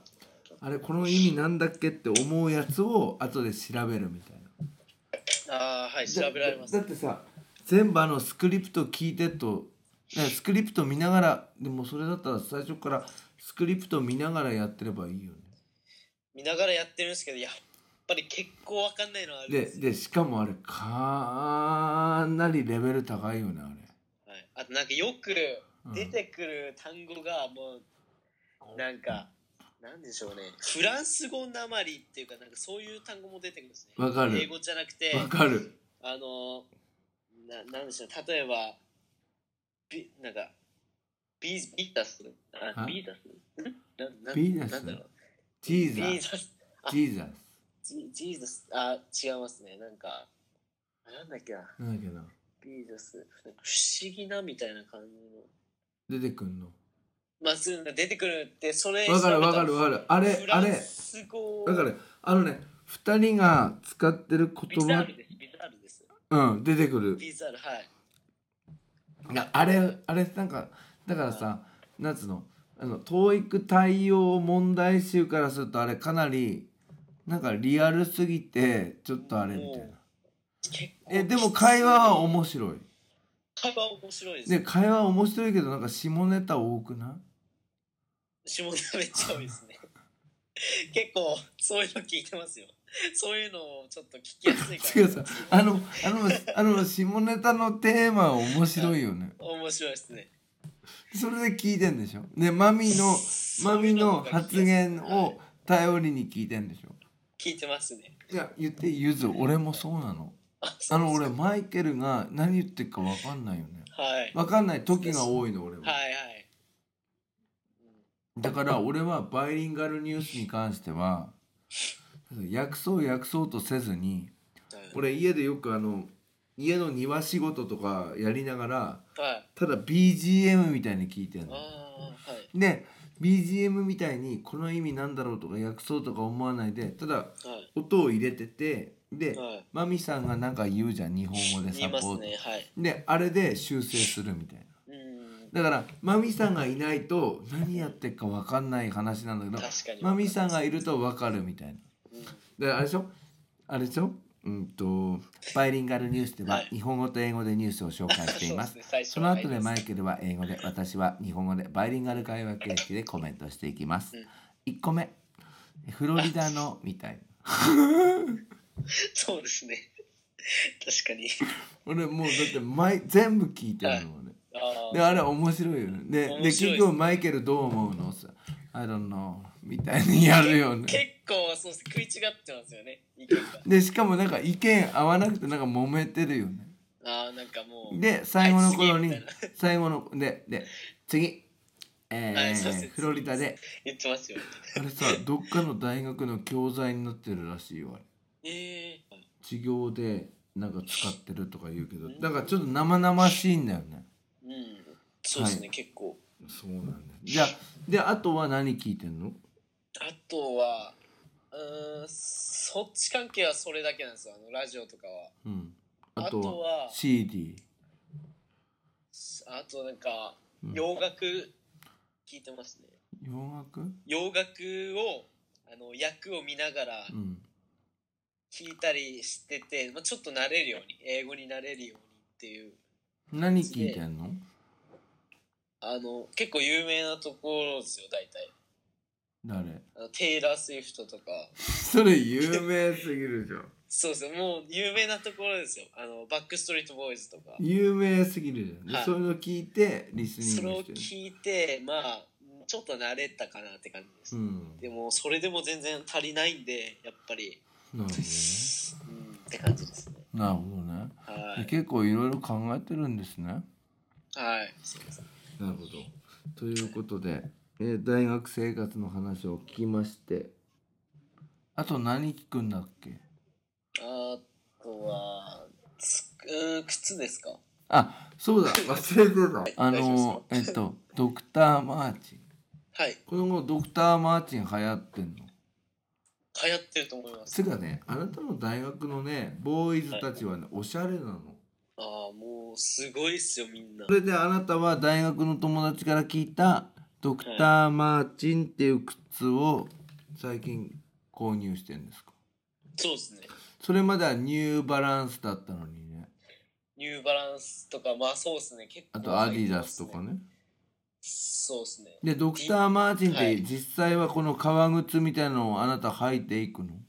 S2: あれこの意味なんだっけって思うやつを後で調べるみたいな。
S3: ああ、はい、調べられます。
S2: だだってさ全部あのスクリプト聞いてとねスクリプト見ながらでもそれだったら最初からスクリプト見ながらやってればいいよね。
S3: 見ながらやってるんですけどやっぱり結構わかんないのはあるん
S2: で
S3: ですよ
S2: でしかもあれかなりレベル高いよねあれ。
S3: はい、あとなんかよく
S2: うん
S3: 出てくる単語がもうなんかなんでしょうねフランス語なまりっていうかなんかそういう単語も出てくるんですね
S2: わかる
S3: 英語じゃなくて
S2: わかる。
S3: あのななんでしょう例えばビなんかビビータスあ
S2: あ
S3: ビータスんなな
S2: ビータス
S3: なんだろう
S2: ジー
S3: ビ
S2: ザ
S3: ー
S2: ス。
S3: タス
S2: ジーザス。
S3: ジジーザスあ違いますねなんかなんだっけな
S2: なんだっけな。
S3: ビーザスなんか不思議なみたいな感じの
S2: 出てくんの。
S3: まあそういうのが出てくるってそれ
S2: わかるわかるわかる。あれ
S3: フラ
S2: あ
S3: ン
S2: れ。
S3: ス語
S2: だからあのね2人が使ってる
S3: ビ
S2: 言
S3: ザー
S2: 葉
S3: ルですビザールです
S2: うん出てくる。
S3: ビザールはい
S2: いやあれあれなんかだからさなんつうのあの TOEIC 対応問題集からするとあれかなりなんかリアルすぎてちょっとあれみたいな
S3: 結構
S2: えでも会話は面白い
S3: 会話は面白いです
S2: で会話は面白いけどなんか下ネタ多くな
S3: 下田めっちゃ多いですね結構そういうの聞いてますよそういうのをちょっと聞きやすい
S2: い
S3: か
S2: 違
S3: ら
S2: うさ あのあのあの下ネタのテーマは面白いよね
S3: 面白いですね
S2: それで聞いてんでしょでマミのマミの発言を頼りに聞いてんでしょ
S3: 聞いてますね
S2: いや言っていいゆず俺もそうなの
S3: あ
S2: あの俺マイケルが何言ってるか分かんないよね
S3: はい
S2: 分かんない時が多いの俺
S3: は
S2: はい
S3: はい
S2: だから俺はバイリンガルニュースに関しては訳そう訳そうとせずに
S3: はい
S2: 俺家でよくあの家の庭仕事とかやりながら
S3: はい
S2: ただ BGM みたいに聞いてん
S3: あ
S2: の
S3: あはい
S2: で BGM みたいにこの意味なんだろうとか訳そうとか思わないでただ
S3: はい
S2: 音を入れててで
S3: はい
S2: マミさんがなんか言うじゃん日本語で
S3: 言
S2: サ
S3: い
S2: ポ
S3: ま
S2: ー
S3: す
S2: ト
S3: ねはい
S2: であれで修正するみたいな
S3: うん
S2: だからマミさんがいないと何やってっか分かんない話なんだけど
S3: 確かに
S2: マミさんがいると分かるみたいな
S3: うん
S2: であれでしょあれでしょうんとバイリンガルニュースでは
S3: はい
S2: 日本語と英語でニュースを紹介しています
S3: そうですね最初
S2: そ
S3: は
S2: の
S3: 入
S2: 後
S3: りま
S2: で
S3: す
S2: マイケルは英語で私は日本語でバイリンガル会話形式でコメントしていきます
S3: うん
S2: 1個目フロリダのみたいな
S3: そうですね。確かに。
S2: 俺もうだって毎全部聞いてるのもね
S3: あ
S2: であれ面白いよねでで
S3: 面白いです
S2: 結局マイケルどう思うのさ「I don't know」みたいにやるよ
S3: ー
S2: ね
S3: 結構そうです食い違ってますよね。意見が。
S2: でしかもなんか意見合わなくてなんか揉めてるよね
S3: ああなんかもう。
S2: で最後の頃に
S3: はい次みたいな
S2: 最後のでで次えー
S3: はいそうです
S2: フロリダで
S3: 言ってますよ。
S2: あれ さどっかの大学の教材になってるらしいよあれ
S3: ええ
S2: 授業でなんか使ってるとか言うけどだからちょっと生々しいんだよね
S3: うん。そうですね、
S2: はい
S3: 結構。
S2: そうなんだじゃあであとは何聞いてんの
S3: あとは、うーん、そっち関係はそれだけなんですよ。あのラジオとかは。
S2: うん
S3: あ
S2: あ
S3: と
S2: と
S3: は
S2: は CD
S3: あとなんか、
S2: うん
S3: 洋楽聞いてますね。
S2: 洋楽
S3: 洋楽を、あの、役を見ながら
S2: うん
S3: 聞いたりしてて、まあ、ちょっと慣れるように、英語に慣れるようにっていう。
S2: 何聞いてんの
S3: あの結構有名なところですよ大体
S2: 誰
S3: あのテイラー・スウィフトとか、
S2: それ有名すぎるじ ゃん
S3: そうですね、もう有名なところですよ。あの、バックストリート・ボーイズとか。
S2: 有名すぎるじゃんで、
S3: はい
S2: それを聞いてリスニ
S3: そ
S2: ン
S3: れ
S2: グ
S3: を
S2: してる
S3: 聞いて、まあ、ちょっと慣れたかなって感じです。
S2: うん
S3: でも、それでも全然足りないんで、やっぱり、
S2: なるほどね
S3: うん、って感じですね。
S2: なるほどね
S3: は
S2: で
S3: い。
S2: 結構いろいろ考えてるんですね
S3: はい。すいません。
S2: なるほどということで、えー大学生活の話を聞きましてあと何聞くんだっけ
S3: あとは、つうん、靴ですか
S2: あそうだ 忘れてたあ
S3: 大丈
S2: のえっとドクター・マーチン
S3: はい。
S2: この後ドクター・マーチン流行ってんの
S3: 流行ってると思います。
S2: つうかねあなたの大学のねボーイズたちはねおしゃれなの
S3: ああ、もう、すごいっすよ、みんな
S2: そ。れであなたは大学の友達から聞いたドクター・マーチンっていう靴を最近購入してんですか
S3: そうですね。
S2: それまではニューバランスだったのにね
S3: ニューバランスとか、まあそうですね、結構
S2: あとアディダスとか。ね
S3: そうですね。
S2: でドクター・マーチンっ
S3: は
S2: て
S3: い
S2: 実際はこの革靴みたいのをあなた履いていくの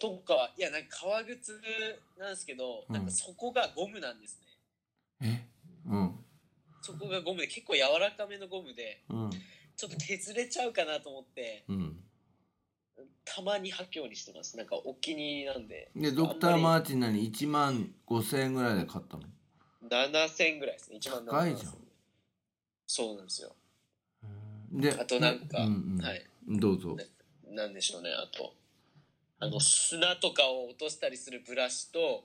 S3: とか、いや、なんか革靴なんですけど、
S2: うん
S3: なんかそこがゴムなんですね。
S2: えうん
S3: そこがゴムで、結構柔らかめのゴムで、
S2: うん
S3: ちょっと削れちゃうかなと思って、
S2: うん
S3: たまに履くようにしてます。なんかお気に入りなんで、
S2: でドクター・マーチン何1万5,000円ぐらいで買ったの
S3: 7000ぐらいですね。1万7000。
S2: 高いじゃん
S3: そうなんですよ。
S2: で
S3: あとなんか、
S2: ううん
S3: はい。
S2: どうぞ
S3: なんでしょうね、あと。あの、砂とかを落としたりするブラシと、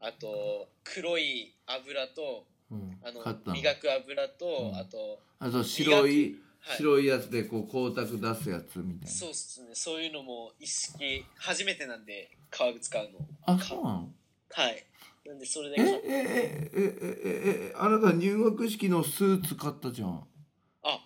S3: あと、黒い油と、
S2: うん
S3: あの
S2: 買ったの
S3: 磨く油と、
S2: うん
S3: あと、
S2: あと白い、
S3: はい
S2: 白いやつでこう光沢出すやつみたい
S3: そうですねそういうのも意識初めてなんで革靴買うの
S2: なあそうなの
S3: はいなんでそれで
S2: ええ
S3: 買っ
S2: ええええええあなた入学式のスーツ買ったじゃん
S3: あ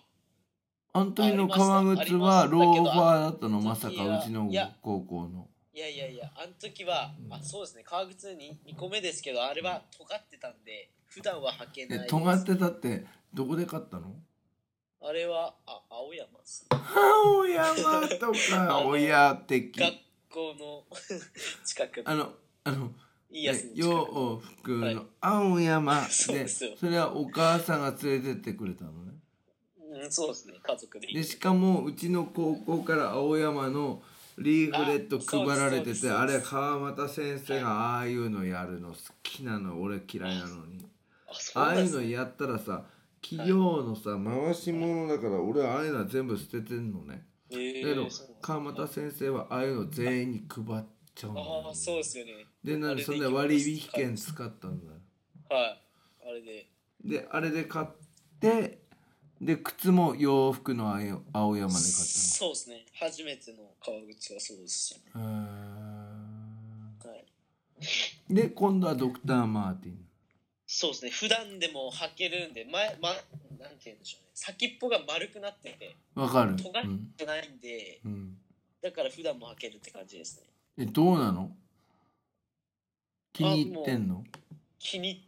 S2: あの時の革靴はローファーだったの
S3: あり
S2: ま
S3: まし
S2: さ
S3: た
S2: か
S3: けどあの
S2: うちの
S3: いや
S2: 高校の
S3: いやいやいやあの時は、あそうですね革靴に2個目ですけどあれは尖ってたんで普段は履けない
S2: え
S3: です
S2: 尖ってたってどこで買ったの
S3: あれはあ青山です
S2: 青山 とか親的
S3: 学校の 近く
S2: あ
S3: の
S2: のあの
S3: いいやつの近く
S2: 洋服
S3: はい
S2: の青山
S3: そう
S2: で
S3: ですよ
S2: それはお母さんが連れてってくれたのね
S3: うん、そうですね家族で
S2: でしかもうちの高校から青山のリーフレット配られ
S3: あそうで
S2: て
S3: す
S2: て
S3: そうです
S2: あれ川俣先生がああいうのやるの好きなの俺嫌いなのに
S3: あそう
S2: あ
S3: な
S2: あい
S3: んで
S2: う
S3: す
S2: のやったらさ企業のさ回し物だから俺ああいうのは全部捨ててんのね
S3: えー
S2: だけど
S3: そうなんだ
S2: 川俣先生はああいうの全員に配っちゃうの
S3: あ
S2: よ
S3: あそうですよね
S2: でなんでそんな割引券使ったんだよ
S3: はいあれで
S2: であれで買ってで靴も洋服の青山で買ったの
S3: そうですね初めての革靴はそうですし、
S2: へー
S3: はい、
S2: で今度はドクター・マーティン
S3: そうですね普段でも履けるんで前、ま、なんて言うんでしょうね先っぽが丸くなってて
S2: わかる、
S3: 尖っ
S2: うん
S3: てないんで
S2: うん、
S3: だから普段も履けるって感じですね
S2: えどうなの気に入ってんの
S3: 気に入っ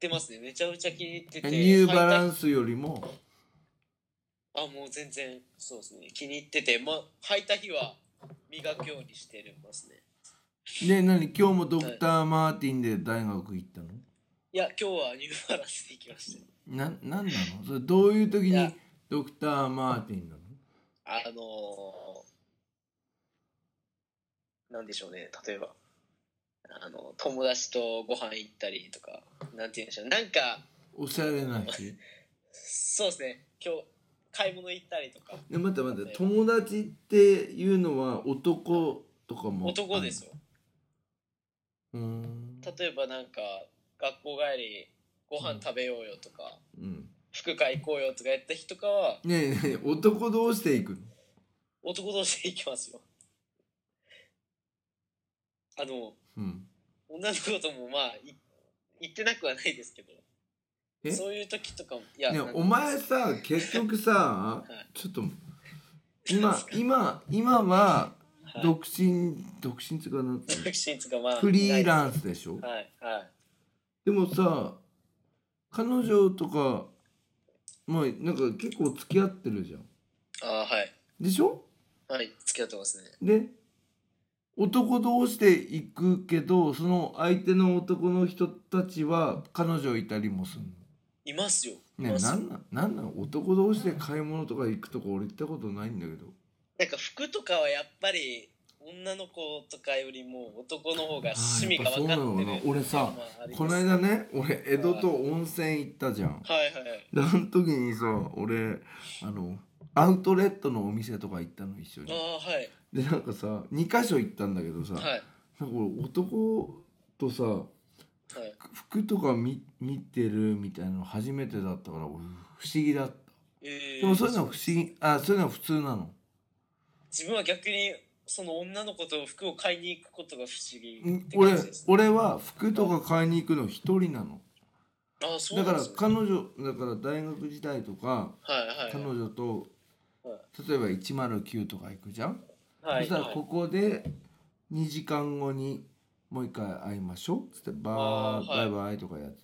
S3: てますねめちゃめちゃ気に入ってて
S2: えニューバラ
S3: ン
S2: ンスよりも
S3: あもう全然そうですね気に入ってて、ま、履いた日は磨くようにしてるますね
S2: で何今日もドクター・マーティンで大学行ったの
S3: いや今日はニューバランスで行きました
S2: ななんなのそれどういう時
S3: い
S2: に
S3: や
S2: ドクター・マーティンなの
S3: あのー、なんでしょうね、例えば、あの、友達とご飯行ったりとか、なんて言うんでしょう、なんか、
S2: おしゃれな日
S3: そうですね、今日、買い物行ったりとか、
S2: で待って待って友達っていうのは男とかも
S3: 男ですよ。
S2: うーん
S3: 例えばなんか、学校帰り、ご飯食べようよとか、
S2: うん
S3: 服買い行こうよとかやった日とかは、
S2: ねえねえ男同士で行くの
S3: 男同士で行きますよ。あの、
S2: うん
S3: 女の子ともまあ、い行ってなくはないですけど
S2: え、
S3: そういう時とかも、いや、
S2: ね
S3: なんか
S2: お前さ結局さ
S3: い
S2: ちょっと 今今今は
S3: はい
S2: 独身、独身っていうかなんていう
S3: 独身とかまあ
S2: のフリーラン
S3: ス
S2: スでしょ
S3: はいはい
S2: でもさ彼女とかまあなんか結構付き合ってるじゃん
S3: あーはい
S2: でしょ
S3: はい、付き合ってますね。
S2: で男同士で行くけどその相手の男の人たちは彼女いたりもする
S3: いますよ。い
S2: のね
S3: ますよ
S2: なんなんなんなん男同士で買い物とか行くとこ俺行ったことないんだけど
S3: なんか服とかはやっぱり女の子とかよりも男の方が趣味が分か
S2: あーやっぱそうな
S3: っ
S2: の
S3: て
S2: か
S3: る。
S2: な俺さ
S3: まああります
S2: この間ね俺江戸と温泉行ったじゃん
S3: はいはいはい。
S2: であの時にさ俺あのアウトレットのお店とか行ったの一緒
S3: あ
S2: に
S3: あはい
S2: でなんかさ2箇所行ったんだけどさ、
S3: はい
S2: なんか俺男とさ
S3: はい。
S2: 服とか見見てるみたいなの初めてだったから俺不思議だった
S3: えー
S2: でもそういうのは不思議あそういうのは普通なの
S3: 自分は逆にその女の子と服を買いに行くことが不思議
S2: ん
S3: って
S2: 俺
S3: 感じです。
S2: 俺は服とか買いに行くの一人なの
S3: ああそう
S2: だ
S3: な
S2: か
S3: んで
S2: ら
S3: すね。
S2: 彼女だから大学時代とか
S3: はいはい
S2: 彼女と
S3: は
S2: 例えば109とか行くじゃん
S3: は
S2: そ
S3: い。
S2: したら
S3: はい
S2: ここで2時間後にもう一回会いましょうっつってバ
S3: あ
S2: ー
S3: ーはい
S2: バイバイとかやって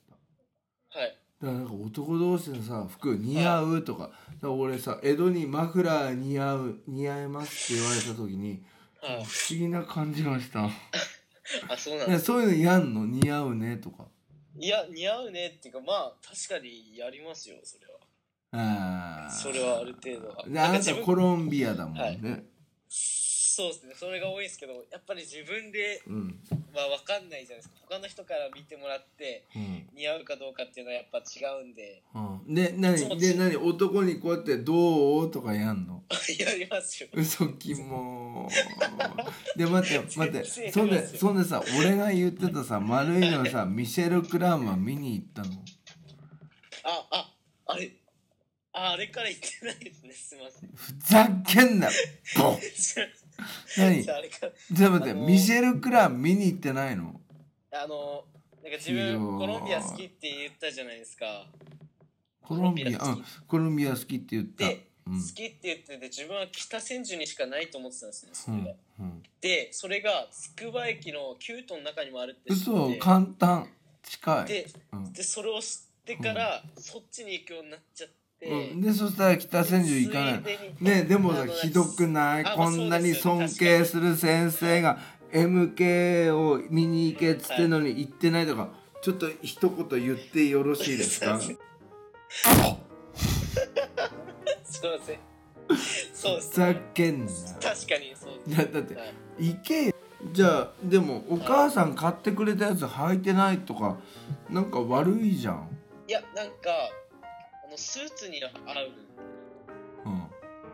S2: た
S3: はい
S2: だからなんか男同士のさ服似合うとか,、だから俺さ江戸にマフラー似合う似合いますって言われた時に
S3: はい。
S2: 不思議な感じがした
S3: あそうなん
S2: いや
S3: です。
S2: そういうのやんの似合うねとか
S3: いや似合うねっていうかまあ確かにやりますよそれは。
S2: あー
S3: それはある程度は。
S2: であ
S3: んか
S2: な
S3: 自
S2: た
S3: 分
S2: コロンビアだもんね、
S3: はいそうですねそれが多いんですけどやっぱり自分で
S2: うん、
S3: は分かんないじゃないですか他の人から見てもらって
S2: うん
S3: 似合うかどうかっていうのはやっぱ違うんで
S2: うん、で何で何男にこうやって「どう?」とかやんの
S3: やりますよ
S2: 嘘キモ ーで待って待って
S3: 全然
S2: そん
S3: 違いま
S2: です
S3: よ
S2: そんでさ俺が言ってたさ丸いのさミシェル・クラーマー見に行ったの
S3: あああれああれから言ってないですねすいません
S2: ふざけんなボ
S3: じゃあ
S2: 何
S3: じゃああれか
S2: じゃあ待って、
S3: あのー
S2: ミシェル・クラー見に行ってないの
S3: らあのなんか自
S2: いいよ
S3: 分コロンビア好きって言ったじゃないですか
S2: コロンビア
S3: コロンビア好
S2: う
S3: き
S2: んコロンビア好きって言った
S3: で
S2: う
S3: 好
S2: ん
S3: きって言ってて自分は北千住にしかないと思ってたんですねそれが
S2: うんうん、
S3: でそれがつくば駅のキュートの中にもあるって知
S2: 嘘
S3: って
S2: 簡単近い
S3: で
S2: うん
S3: でそれを知ってから、そっちに行くようになっちゃって、
S2: うん、でそしたら北千住行かない
S3: ついでに
S2: ねでもさ
S3: あの
S2: ひどくない
S3: あま
S2: こ
S3: あ
S2: んなに
S3: そ
S2: 尊
S3: うですよね
S2: 敬する先生が MK を見に行けっつってのに行ってないとかちょっと一言言ってよろしいです か
S3: すいすいませんそうで
S2: ふ
S3: す
S2: ざ
S3: ね
S2: けんな
S3: 確かにそうです
S2: だだって
S3: はい
S2: 行けよじゃあでもお母さん買ってくれたやつ履いてないとかなんか悪いじゃん、
S3: いやなんかあのスーツには合う
S2: うん、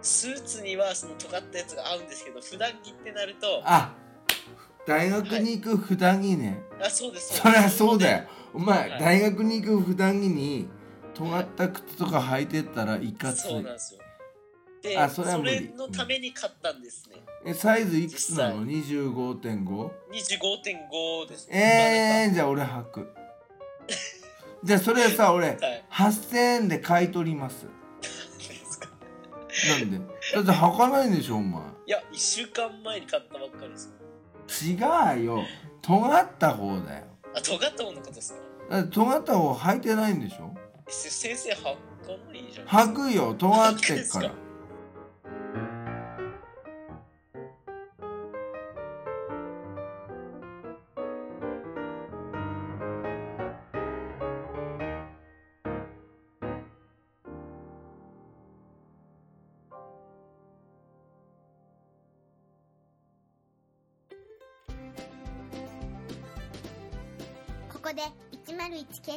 S3: スーツにはその尖ったやつが合うんですけど普段着ってなるとあ
S2: あ大学に行く普段着ね、
S3: そうです
S2: そりゃそう
S3: で
S2: だよお前、
S3: はい
S2: 大学に行く普段着に尖った靴とか履いてったらいか
S3: す
S2: つ
S3: そう
S2: い
S3: なんですよで
S2: あそ
S3: そ
S2: れは無理
S3: れのために買ったんですね
S2: えサイズいくつなの 25.5?
S3: 25.5ですね
S2: えー、じゃあ俺履くじゃあそれさ俺
S3: はい
S2: 8000円で買い取ります
S3: まあなんかですか
S2: なんでだって履かないんでしょお前
S3: いや1週間前に買ったばっかりです
S2: 違うよ尖った方だよ
S3: あ尖ったものことですか
S2: だって尖った方履いてないんでしょ
S3: え先生はかないじゃん
S2: 履くよ尖ってっから
S1: ここで101ケ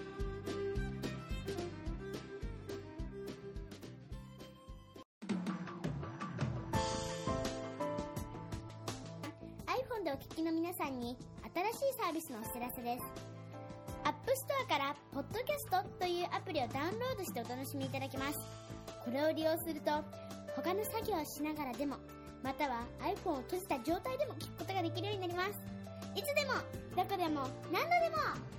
S1: もiPhone でお聞きの皆さんに新しいサービスのお知らせです App Store から「Podcast」というアプリをダウンロードしてお楽しみいただけますこれを利用すると他の作業をしながらでもまたは iPhone を閉じた状態でも聞くことができるようになりますいつでもどこでも何度でも